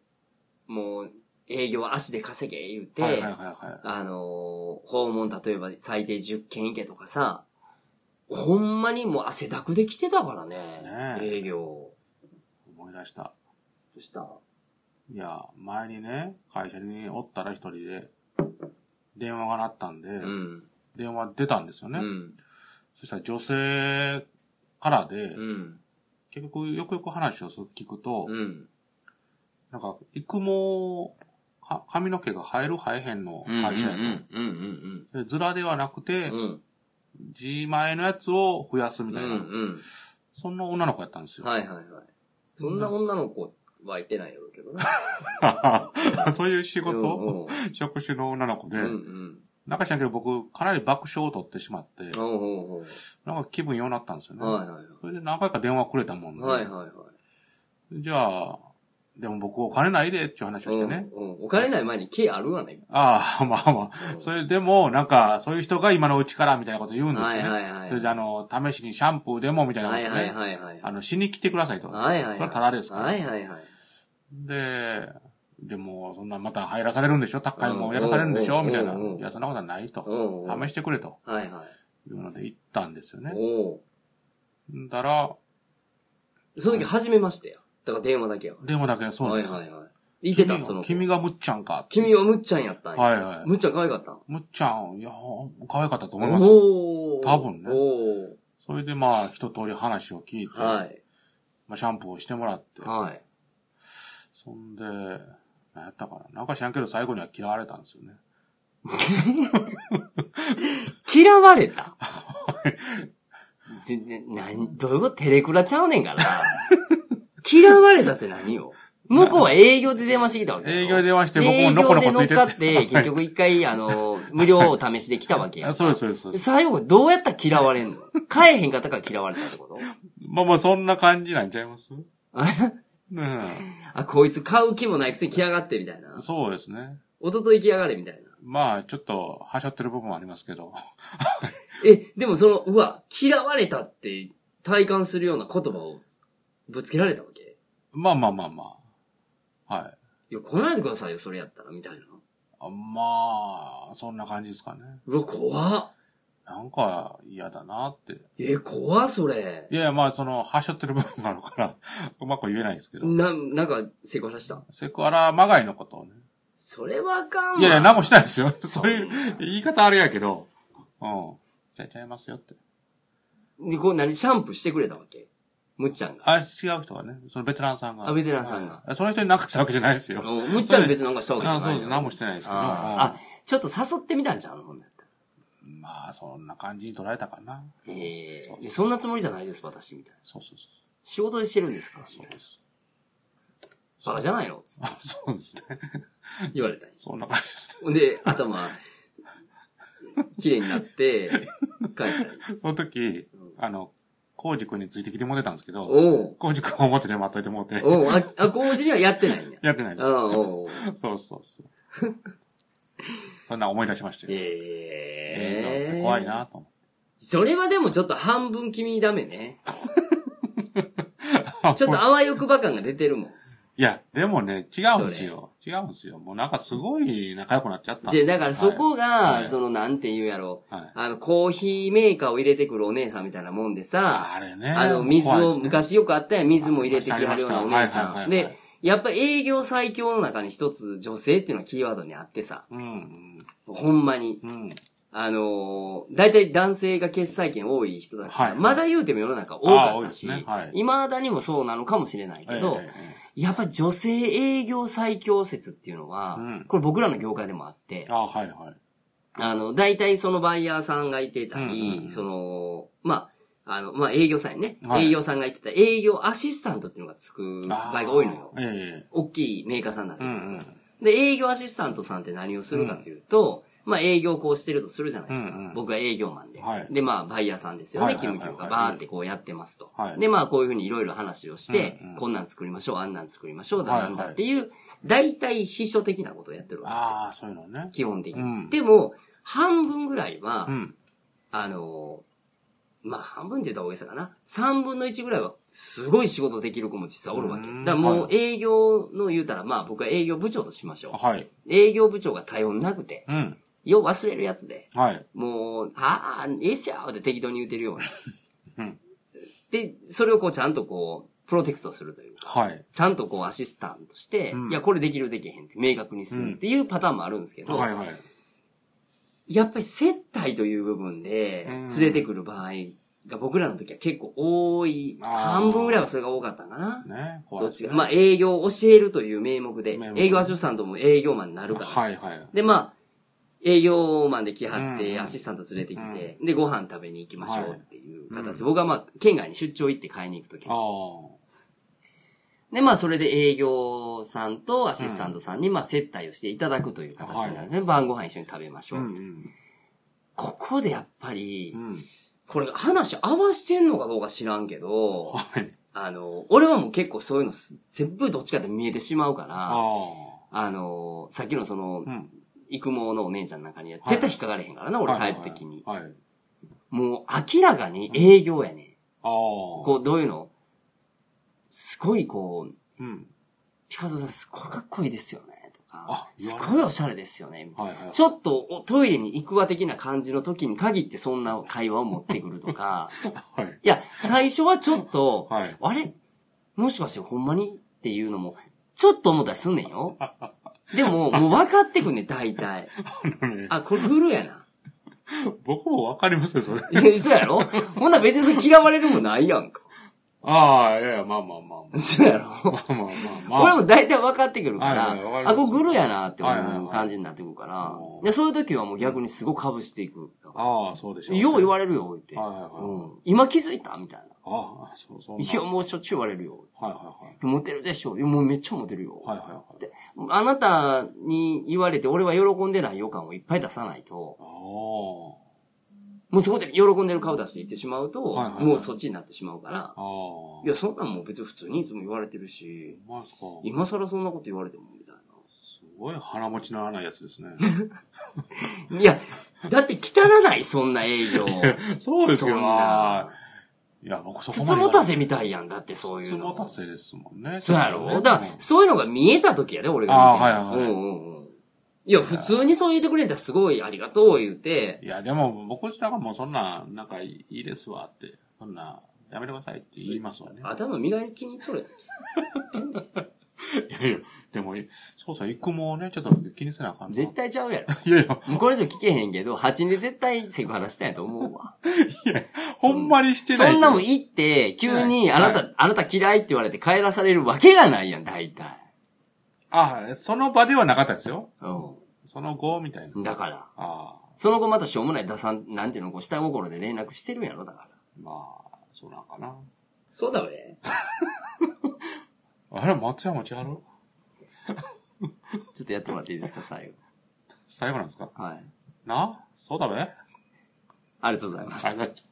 Speaker 1: もう、営業は足で稼げ言うて、
Speaker 2: はいはいはいはい。
Speaker 1: あのー訪問例えば最低10件行けとかさ、ほんまにもう汗だくで来てたからね
Speaker 2: ね。え
Speaker 1: 営業。
Speaker 2: 思い出した。
Speaker 1: どうした
Speaker 2: いや、前にね、会社におったら一人で、電話が鳴ったんで、
Speaker 1: うん。
Speaker 2: 電話出たんですよ
Speaker 1: う
Speaker 2: ね。
Speaker 1: ん。
Speaker 2: そしたら女性からで、
Speaker 1: うん。
Speaker 2: 結局よくよく話を聞くと、
Speaker 1: うん。
Speaker 2: なんか、育毛か、髪の毛が生える生えへんの会社やと。
Speaker 1: うん。うん。うん。
Speaker 2: でズラではなくて、
Speaker 1: うん。うん。
Speaker 2: 自前のやつを増やすみ
Speaker 1: う
Speaker 2: たいな、
Speaker 1: ん。
Speaker 2: そんな女の子やったんですよ。
Speaker 1: はいはいはい。そんな女の子はいてないやろうけどな。
Speaker 2: そういう仕事、
Speaker 1: うん
Speaker 2: 職種の女の 子で、
Speaker 1: うん。うん
Speaker 2: なんか知らんけど僕、かなり爆笑を取ってしまって、
Speaker 1: うん。おうおう
Speaker 2: なんか気分良くなったんですよね。
Speaker 1: おうはいはい
Speaker 2: それで何回か電話くれたもんで、
Speaker 1: はい。はいはいはい。
Speaker 2: じゃあ、でも僕お金ないでっていう話をしてね。
Speaker 1: うんうんお金ない前に毛あるわね。
Speaker 2: ああ、 まあまあ。
Speaker 1: うん
Speaker 2: それでも、なんか、そういう人が今のうちからみたいなこと言うんですよ
Speaker 1: はい
Speaker 2: ね。
Speaker 1: はいはい。
Speaker 2: それであの、試しにシャンプーでもみたいなこと
Speaker 1: は
Speaker 2: ね、
Speaker 1: いはいはいはい。
Speaker 2: あの、しに来てくださいと。
Speaker 1: はいはいはい。
Speaker 2: それはタダですから。
Speaker 1: はいはいはい。
Speaker 2: で、でも、そんなまた入らされるんでしょ高いもんやらされるんでしょ
Speaker 1: うん
Speaker 2: みたいな。
Speaker 1: うんうん
Speaker 2: いや、そんなことはないと。
Speaker 1: おうおう
Speaker 2: 試してくれと。
Speaker 1: はいはい。
Speaker 2: いうので行ったんですよね。
Speaker 1: おお。
Speaker 2: んだら、
Speaker 1: その時、初めましてや。だから電話だけやわ。
Speaker 2: 電話だけでそうなん
Speaker 1: は
Speaker 2: で
Speaker 1: い
Speaker 2: すよ。
Speaker 1: はいはい。いけたんその子。
Speaker 2: 君がむっちゃんか。
Speaker 1: 君はむっちゃんやったんや。
Speaker 2: はいはい。
Speaker 1: むっちゃん可愛かったん
Speaker 2: むっちゃん、いや、可愛かったと思います。
Speaker 1: おお。
Speaker 2: 多分ね
Speaker 1: おお。
Speaker 2: それでまあ、一通り話を聞いて、
Speaker 1: はい。
Speaker 2: まあ、シャンプーをしてもらって、
Speaker 1: はい。
Speaker 2: そんで、何やったかな。なんか知らんけど、最後には嫌われたんですよね。
Speaker 1: 嫌われた 全然、何、どういうことテレクラちゃうねんから。 嫌われたって何よ。向こうは営業で電話してきたわけよ。
Speaker 2: 営業で電話して僕も
Speaker 1: 営
Speaker 2: ノ
Speaker 1: 業
Speaker 2: コノ
Speaker 1: で
Speaker 2: コ
Speaker 1: 乗っ
Speaker 2: ついて
Speaker 1: か
Speaker 2: っ。
Speaker 1: ってて、結局一回、 あの、無料を試しで来たわけや
Speaker 2: あ。そうです、そうですそうです。
Speaker 1: 最後、どうやったら嫌われんの帰えへんかったから嫌われたってこと
Speaker 2: まあまあ、そんな感じなんちゃいます
Speaker 1: あ
Speaker 2: ね
Speaker 1: あ、こいつ買う気もないくせに来やがってみたいな
Speaker 2: え。。そうですね。
Speaker 1: 一昨日来やがれみたいな。
Speaker 2: まあ、ちょっと、はしょってる部分もありますけど。
Speaker 1: え、でもその、うわ、嫌われたって体感するような言葉をぶつけられたわけ
Speaker 2: まあまあまあまあ。は
Speaker 1: い
Speaker 2: い。
Speaker 1: や、来ないでくださいよ、それやったら、みたいな。
Speaker 2: あまあ、そんな感じですかね。
Speaker 1: うわ、怖っ。
Speaker 2: なんか、嫌だなって。
Speaker 1: え、怖っ、それ。
Speaker 2: いやいや、まあ、その、はしょってる部分があるから、 うまく言えないですけど。
Speaker 1: な、なんか、セコハラした。
Speaker 2: セクハラまがいのことをね。
Speaker 1: それはあかんわ。
Speaker 2: いやいや、何もしないですよ。 そういう言い方あれやけど。うん。じゃあちゃいますよって。
Speaker 1: で、こう、何、シャンプーしてくれたわけむっちゃんが。
Speaker 2: あ、違う人がね、そのベテランさんが。
Speaker 1: あベテランさんが
Speaker 2: はい。その人に何かしたわけじゃないですよ。
Speaker 1: おむっちゃんは別になんかしたわけじゃ
Speaker 2: あ
Speaker 1: ない
Speaker 2: そう
Speaker 1: よ
Speaker 2: です。何もしてないですけど。
Speaker 1: あ
Speaker 2: う
Speaker 1: あ、ちょっと誘ってみたんじゃん、ほんだったら。
Speaker 2: んまあ、そんな感じに捉えたかな。
Speaker 1: ええ
Speaker 2: そう
Speaker 1: でそんなつもりじゃないです、私、みたいな。
Speaker 2: そうそうそ
Speaker 1: 仕事でしてるんですから、みたい
Speaker 2: う。そう
Speaker 1: な
Speaker 2: です。
Speaker 1: バカじゃないのつって
Speaker 2: あそうですね。
Speaker 1: 言われたんや
Speaker 2: そんな感じです
Speaker 1: ほんで、頭、綺麗になって、帰ったり。
Speaker 2: ね。その時、あの、コウジ君についてきてもらってたんですけど、
Speaker 1: おう
Speaker 2: コウジ君は表で待っといてもらって、
Speaker 1: おうあ、あ、工事にはやってないんや。
Speaker 2: やってないです。
Speaker 1: うんおう
Speaker 2: そうそうそう。 そんな思い出しましたよ。
Speaker 1: ええ
Speaker 2: 怖いな。と思って。
Speaker 1: それはでもちょっと半分君ダメね。ちょっとあわよくば感が出てるもん。
Speaker 2: いや、でもね、違うんですよ。違うんですよ。もうなんかすごい仲良くなっちゃったん
Speaker 1: で
Speaker 2: で。
Speaker 1: すだからそこが、
Speaker 2: はい
Speaker 1: その、なんて言うやろ、
Speaker 2: はい
Speaker 1: あの、コーヒーメーカーを入れてくるお姉さんみたいなもんでさ、
Speaker 2: あれね。
Speaker 1: あの、水
Speaker 2: 怖いで
Speaker 1: を、
Speaker 2: すね
Speaker 1: 昔よくあったやん、水も入れてきはるようなお姉
Speaker 2: ありましたはいはいはいは
Speaker 1: さ
Speaker 2: い
Speaker 1: ん。で、やっぱ営業最強の中に一つ女性っていうのはキーワードにあってさ、
Speaker 2: うん、
Speaker 1: ほんまに。
Speaker 2: うん、うん。
Speaker 1: あのー、大体男性が決済権多い人たちが、
Speaker 2: はい
Speaker 1: まだ言うても世の中多か
Speaker 2: あー多い
Speaker 1: った
Speaker 2: です
Speaker 1: し、
Speaker 2: ねはい
Speaker 1: 未だにもそうなのかもしれないけど、
Speaker 2: えええ
Speaker 1: やっぱり女性営業最強説っていうのは、
Speaker 2: うん
Speaker 1: これ僕らの業界でもあって
Speaker 2: え、あ、はいはい。
Speaker 1: あの、大体そのバイヤーさんがいてたり、
Speaker 2: うんうんうん
Speaker 1: その、まあ、あの、まあ、営業さんやね、
Speaker 2: はい
Speaker 1: 営業さんがいてた営業アシスタントっていうのがつく場合が多いのよ
Speaker 2: あ。ーえ
Speaker 1: 大きいメーカーさんだっ
Speaker 2: え
Speaker 1: た
Speaker 2: う
Speaker 1: り
Speaker 2: ん
Speaker 1: とか
Speaker 2: うん。
Speaker 1: で、営業アシスタントさんって何をするかっていうと、まあ営業をこうしてるとするじゃないですか。
Speaker 2: うんうん
Speaker 1: 僕は営業マンで。
Speaker 2: はい
Speaker 1: で、まあバイヤーさんですよ
Speaker 2: は
Speaker 1: ね。
Speaker 2: いはい
Speaker 1: 勤
Speaker 2: はい
Speaker 1: 務局がバーってこうやってますと。
Speaker 2: はい
Speaker 1: で、まあこういうふうにいろいろ話をして、
Speaker 2: うんうん
Speaker 1: こんなん作りましょう、あんなん作りましょう、だ
Speaker 2: はい
Speaker 1: なんだっていう、大体秘書的なことをやってるわけですよ。
Speaker 2: ああ、そういうのね。
Speaker 1: 基本的に。
Speaker 2: うん
Speaker 1: でも、半分ぐらいは、
Speaker 2: うん。
Speaker 1: あのーまあ半分って言ったら大げさかな。三分の一ぐらいは、すごい仕事できる子も実はおるわけ。
Speaker 2: う
Speaker 1: だ
Speaker 2: ん
Speaker 1: からも
Speaker 2: は
Speaker 1: う営業の言うたら、まあ僕は営業部長としましょう。
Speaker 2: はい。
Speaker 1: 営業部長が頼んなくて、
Speaker 2: うん。
Speaker 1: よう忘れるやつで、
Speaker 2: はい。
Speaker 1: もう、ああ、いいっすよって適当に言うてるよう
Speaker 2: う。
Speaker 1: なんで、それをこうちゃんとこう、プロテクトするというか、
Speaker 2: はい。
Speaker 1: ちゃんとこうアシスタントして、
Speaker 2: うん
Speaker 1: いや、これできるできへんって明確にするっていうパターンもあるんですけど、
Speaker 2: はいはい。
Speaker 1: やっぱり接待という部分で
Speaker 2: うん
Speaker 1: 連れてくる場合が僕らの時は結構多い、
Speaker 2: あー
Speaker 1: 半分ぐらいはそれが多かったかな。
Speaker 2: ね、怖い
Speaker 1: どっ
Speaker 2: です
Speaker 1: ち
Speaker 2: ね。
Speaker 1: が、まあ営業を教えるという名目で
Speaker 2: 名、目で
Speaker 1: 営業アシスタントも営業マンになるから、
Speaker 2: はいはい。
Speaker 1: で、まあ、営業マンで来はっ
Speaker 2: うんう
Speaker 1: て、
Speaker 2: ん
Speaker 1: アシスタント連れてきて、で、ご飯食べに行きましょうっていう
Speaker 2: はいう
Speaker 1: 形。
Speaker 2: ん
Speaker 1: 僕はまあ、県外に出張行って買いに行くとき
Speaker 2: あ。あ。
Speaker 1: で、まあ、それで営業さんとアシスタントさんに、まあ、接待をしていただくという形になるんですね。晩ご飯一緒に食べましょ
Speaker 2: う
Speaker 1: う。
Speaker 2: ん
Speaker 1: ここでやっぱ
Speaker 2: う
Speaker 1: り、
Speaker 2: ん。うん。
Speaker 1: これ話合わしてんのかどうか知らんけど、
Speaker 2: はい。
Speaker 1: あの、俺はもう結構そういうのす全部どっちかって見えてしまうか
Speaker 2: あ
Speaker 1: ら、
Speaker 2: あ。
Speaker 1: あの、さっきのその
Speaker 2: う、ん。
Speaker 1: 育毛のお姉ちゃんなんかには
Speaker 2: はい
Speaker 1: 絶対引っかかれへんからな、俺タイプ的に。
Speaker 2: はいはいはい。
Speaker 1: もう明らかに営業やね。
Speaker 2: ああ。
Speaker 1: こう、どういうのすごいこう、
Speaker 2: う。うん。
Speaker 1: ピカソさんすごいかっこいいですよね、とか
Speaker 2: あ、
Speaker 1: すごいおしゃれですよね、みたい
Speaker 2: はいはい
Speaker 1: な。。ちょっとおトイレに行くわ的な感じの時に限ってそんな会話を持ってくるとか、
Speaker 2: はい。
Speaker 1: いや、最初はちょっと、
Speaker 2: はい
Speaker 1: あれもしかしてほんまにっていうのも、ちょっと思ったりすんねんよ。でも、もう分かってくんねん、大体。
Speaker 2: あのね
Speaker 1: あ、これフルやな。
Speaker 2: 僕もわかりますよ、それ。
Speaker 1: いや、そうやろほんなら別にそれ嫌われるもんないやんか。
Speaker 2: ああ、いやいや、まあまあまあ。
Speaker 1: そうやろ
Speaker 2: まあまあまあま
Speaker 1: 俺
Speaker 2: あ。
Speaker 1: も大体分かってくるから、
Speaker 2: はいはいはいわか
Speaker 1: あ、
Speaker 2: りま
Speaker 1: こ
Speaker 2: す
Speaker 1: れグルやなって
Speaker 2: はいはい
Speaker 1: 思
Speaker 2: は
Speaker 1: う
Speaker 2: い
Speaker 1: 感じになってくるから、
Speaker 2: うん
Speaker 1: でそういう時はもう逆にすごい被していく。
Speaker 2: ああ、そうでしょ
Speaker 1: よう言
Speaker 2: れ
Speaker 1: われるよ、言って、
Speaker 2: はいはいはい
Speaker 1: うん今気づいたみたいな。
Speaker 2: ああ、そうそう。
Speaker 1: いや、もうしょっちゅう言われるよ。
Speaker 2: はいはい
Speaker 1: モテるでしょ。いやもうめっちゃモテるよ。
Speaker 2: はい。はいはいはい。
Speaker 1: であなたに言われて、俺は喜んでない予感をいっぱい出さないと、
Speaker 2: ああ。
Speaker 1: もうそこで喜んでる顔出していってしまうと、
Speaker 2: はいはいはい
Speaker 1: もうそっちになってしまうから、
Speaker 2: ああ。
Speaker 1: いや、そんなんもう別に普通にいつも言われてるし、
Speaker 2: まあすか。
Speaker 1: 今更そんなこと言われてもみたいな。
Speaker 2: すごい腹持ちの荒いやつですね。
Speaker 1: いや、だって汚ない、そんな営業。
Speaker 2: そうですけ ど
Speaker 1: そんな
Speaker 2: な。いや、僕そこまで。
Speaker 1: つつもたせみたいやんだって、そういう
Speaker 2: つ
Speaker 1: の。
Speaker 2: もたせですもんね。
Speaker 1: そうや
Speaker 2: ね
Speaker 1: ろだから、そういうのが見えた時やで、俺が見て。
Speaker 2: あーはいはいはい
Speaker 1: うんうんうん。いや、普通にそう言ってくれたらすごいありがとう言うて、
Speaker 2: いや、でも僕自体がもうそんな、なんかいいですわって、そんな、やめてくださいって言いますわね。
Speaker 1: 頭磨いて気にとれ。
Speaker 2: いやいや、でも、そうそう、育毛をね、ちょっと気にせなあかんな。
Speaker 1: 絶対ちゃうやろ。
Speaker 2: いやいや、
Speaker 1: もうこれ以上聞けへんけど、8人で絶対セクハラしたんやと思う わ。
Speaker 2: ほんまにしてない。
Speaker 1: そんなもん
Speaker 2: い
Speaker 1: 言って、急に、
Speaker 2: は
Speaker 1: あ
Speaker 2: い
Speaker 1: なた、あなた嫌いって言われて帰らされるわけがないやん、大体。
Speaker 2: あ、その場ではなかったですよ。
Speaker 1: う
Speaker 2: その後、みたいな。
Speaker 1: ん。だから、
Speaker 2: ああ、
Speaker 1: その後またしょうもない打算、なんていうの、こう、下心で連絡してるんやろ、だから。
Speaker 2: まあ、そうなんかな。
Speaker 1: そうだべ。
Speaker 2: あれ、松山千春
Speaker 1: ちょっとやってもらっていいですか、最
Speaker 2: 最後なんですか
Speaker 1: 後。はい。
Speaker 2: なそうだべ
Speaker 1: ありがとうございます
Speaker 2: あ。りがとう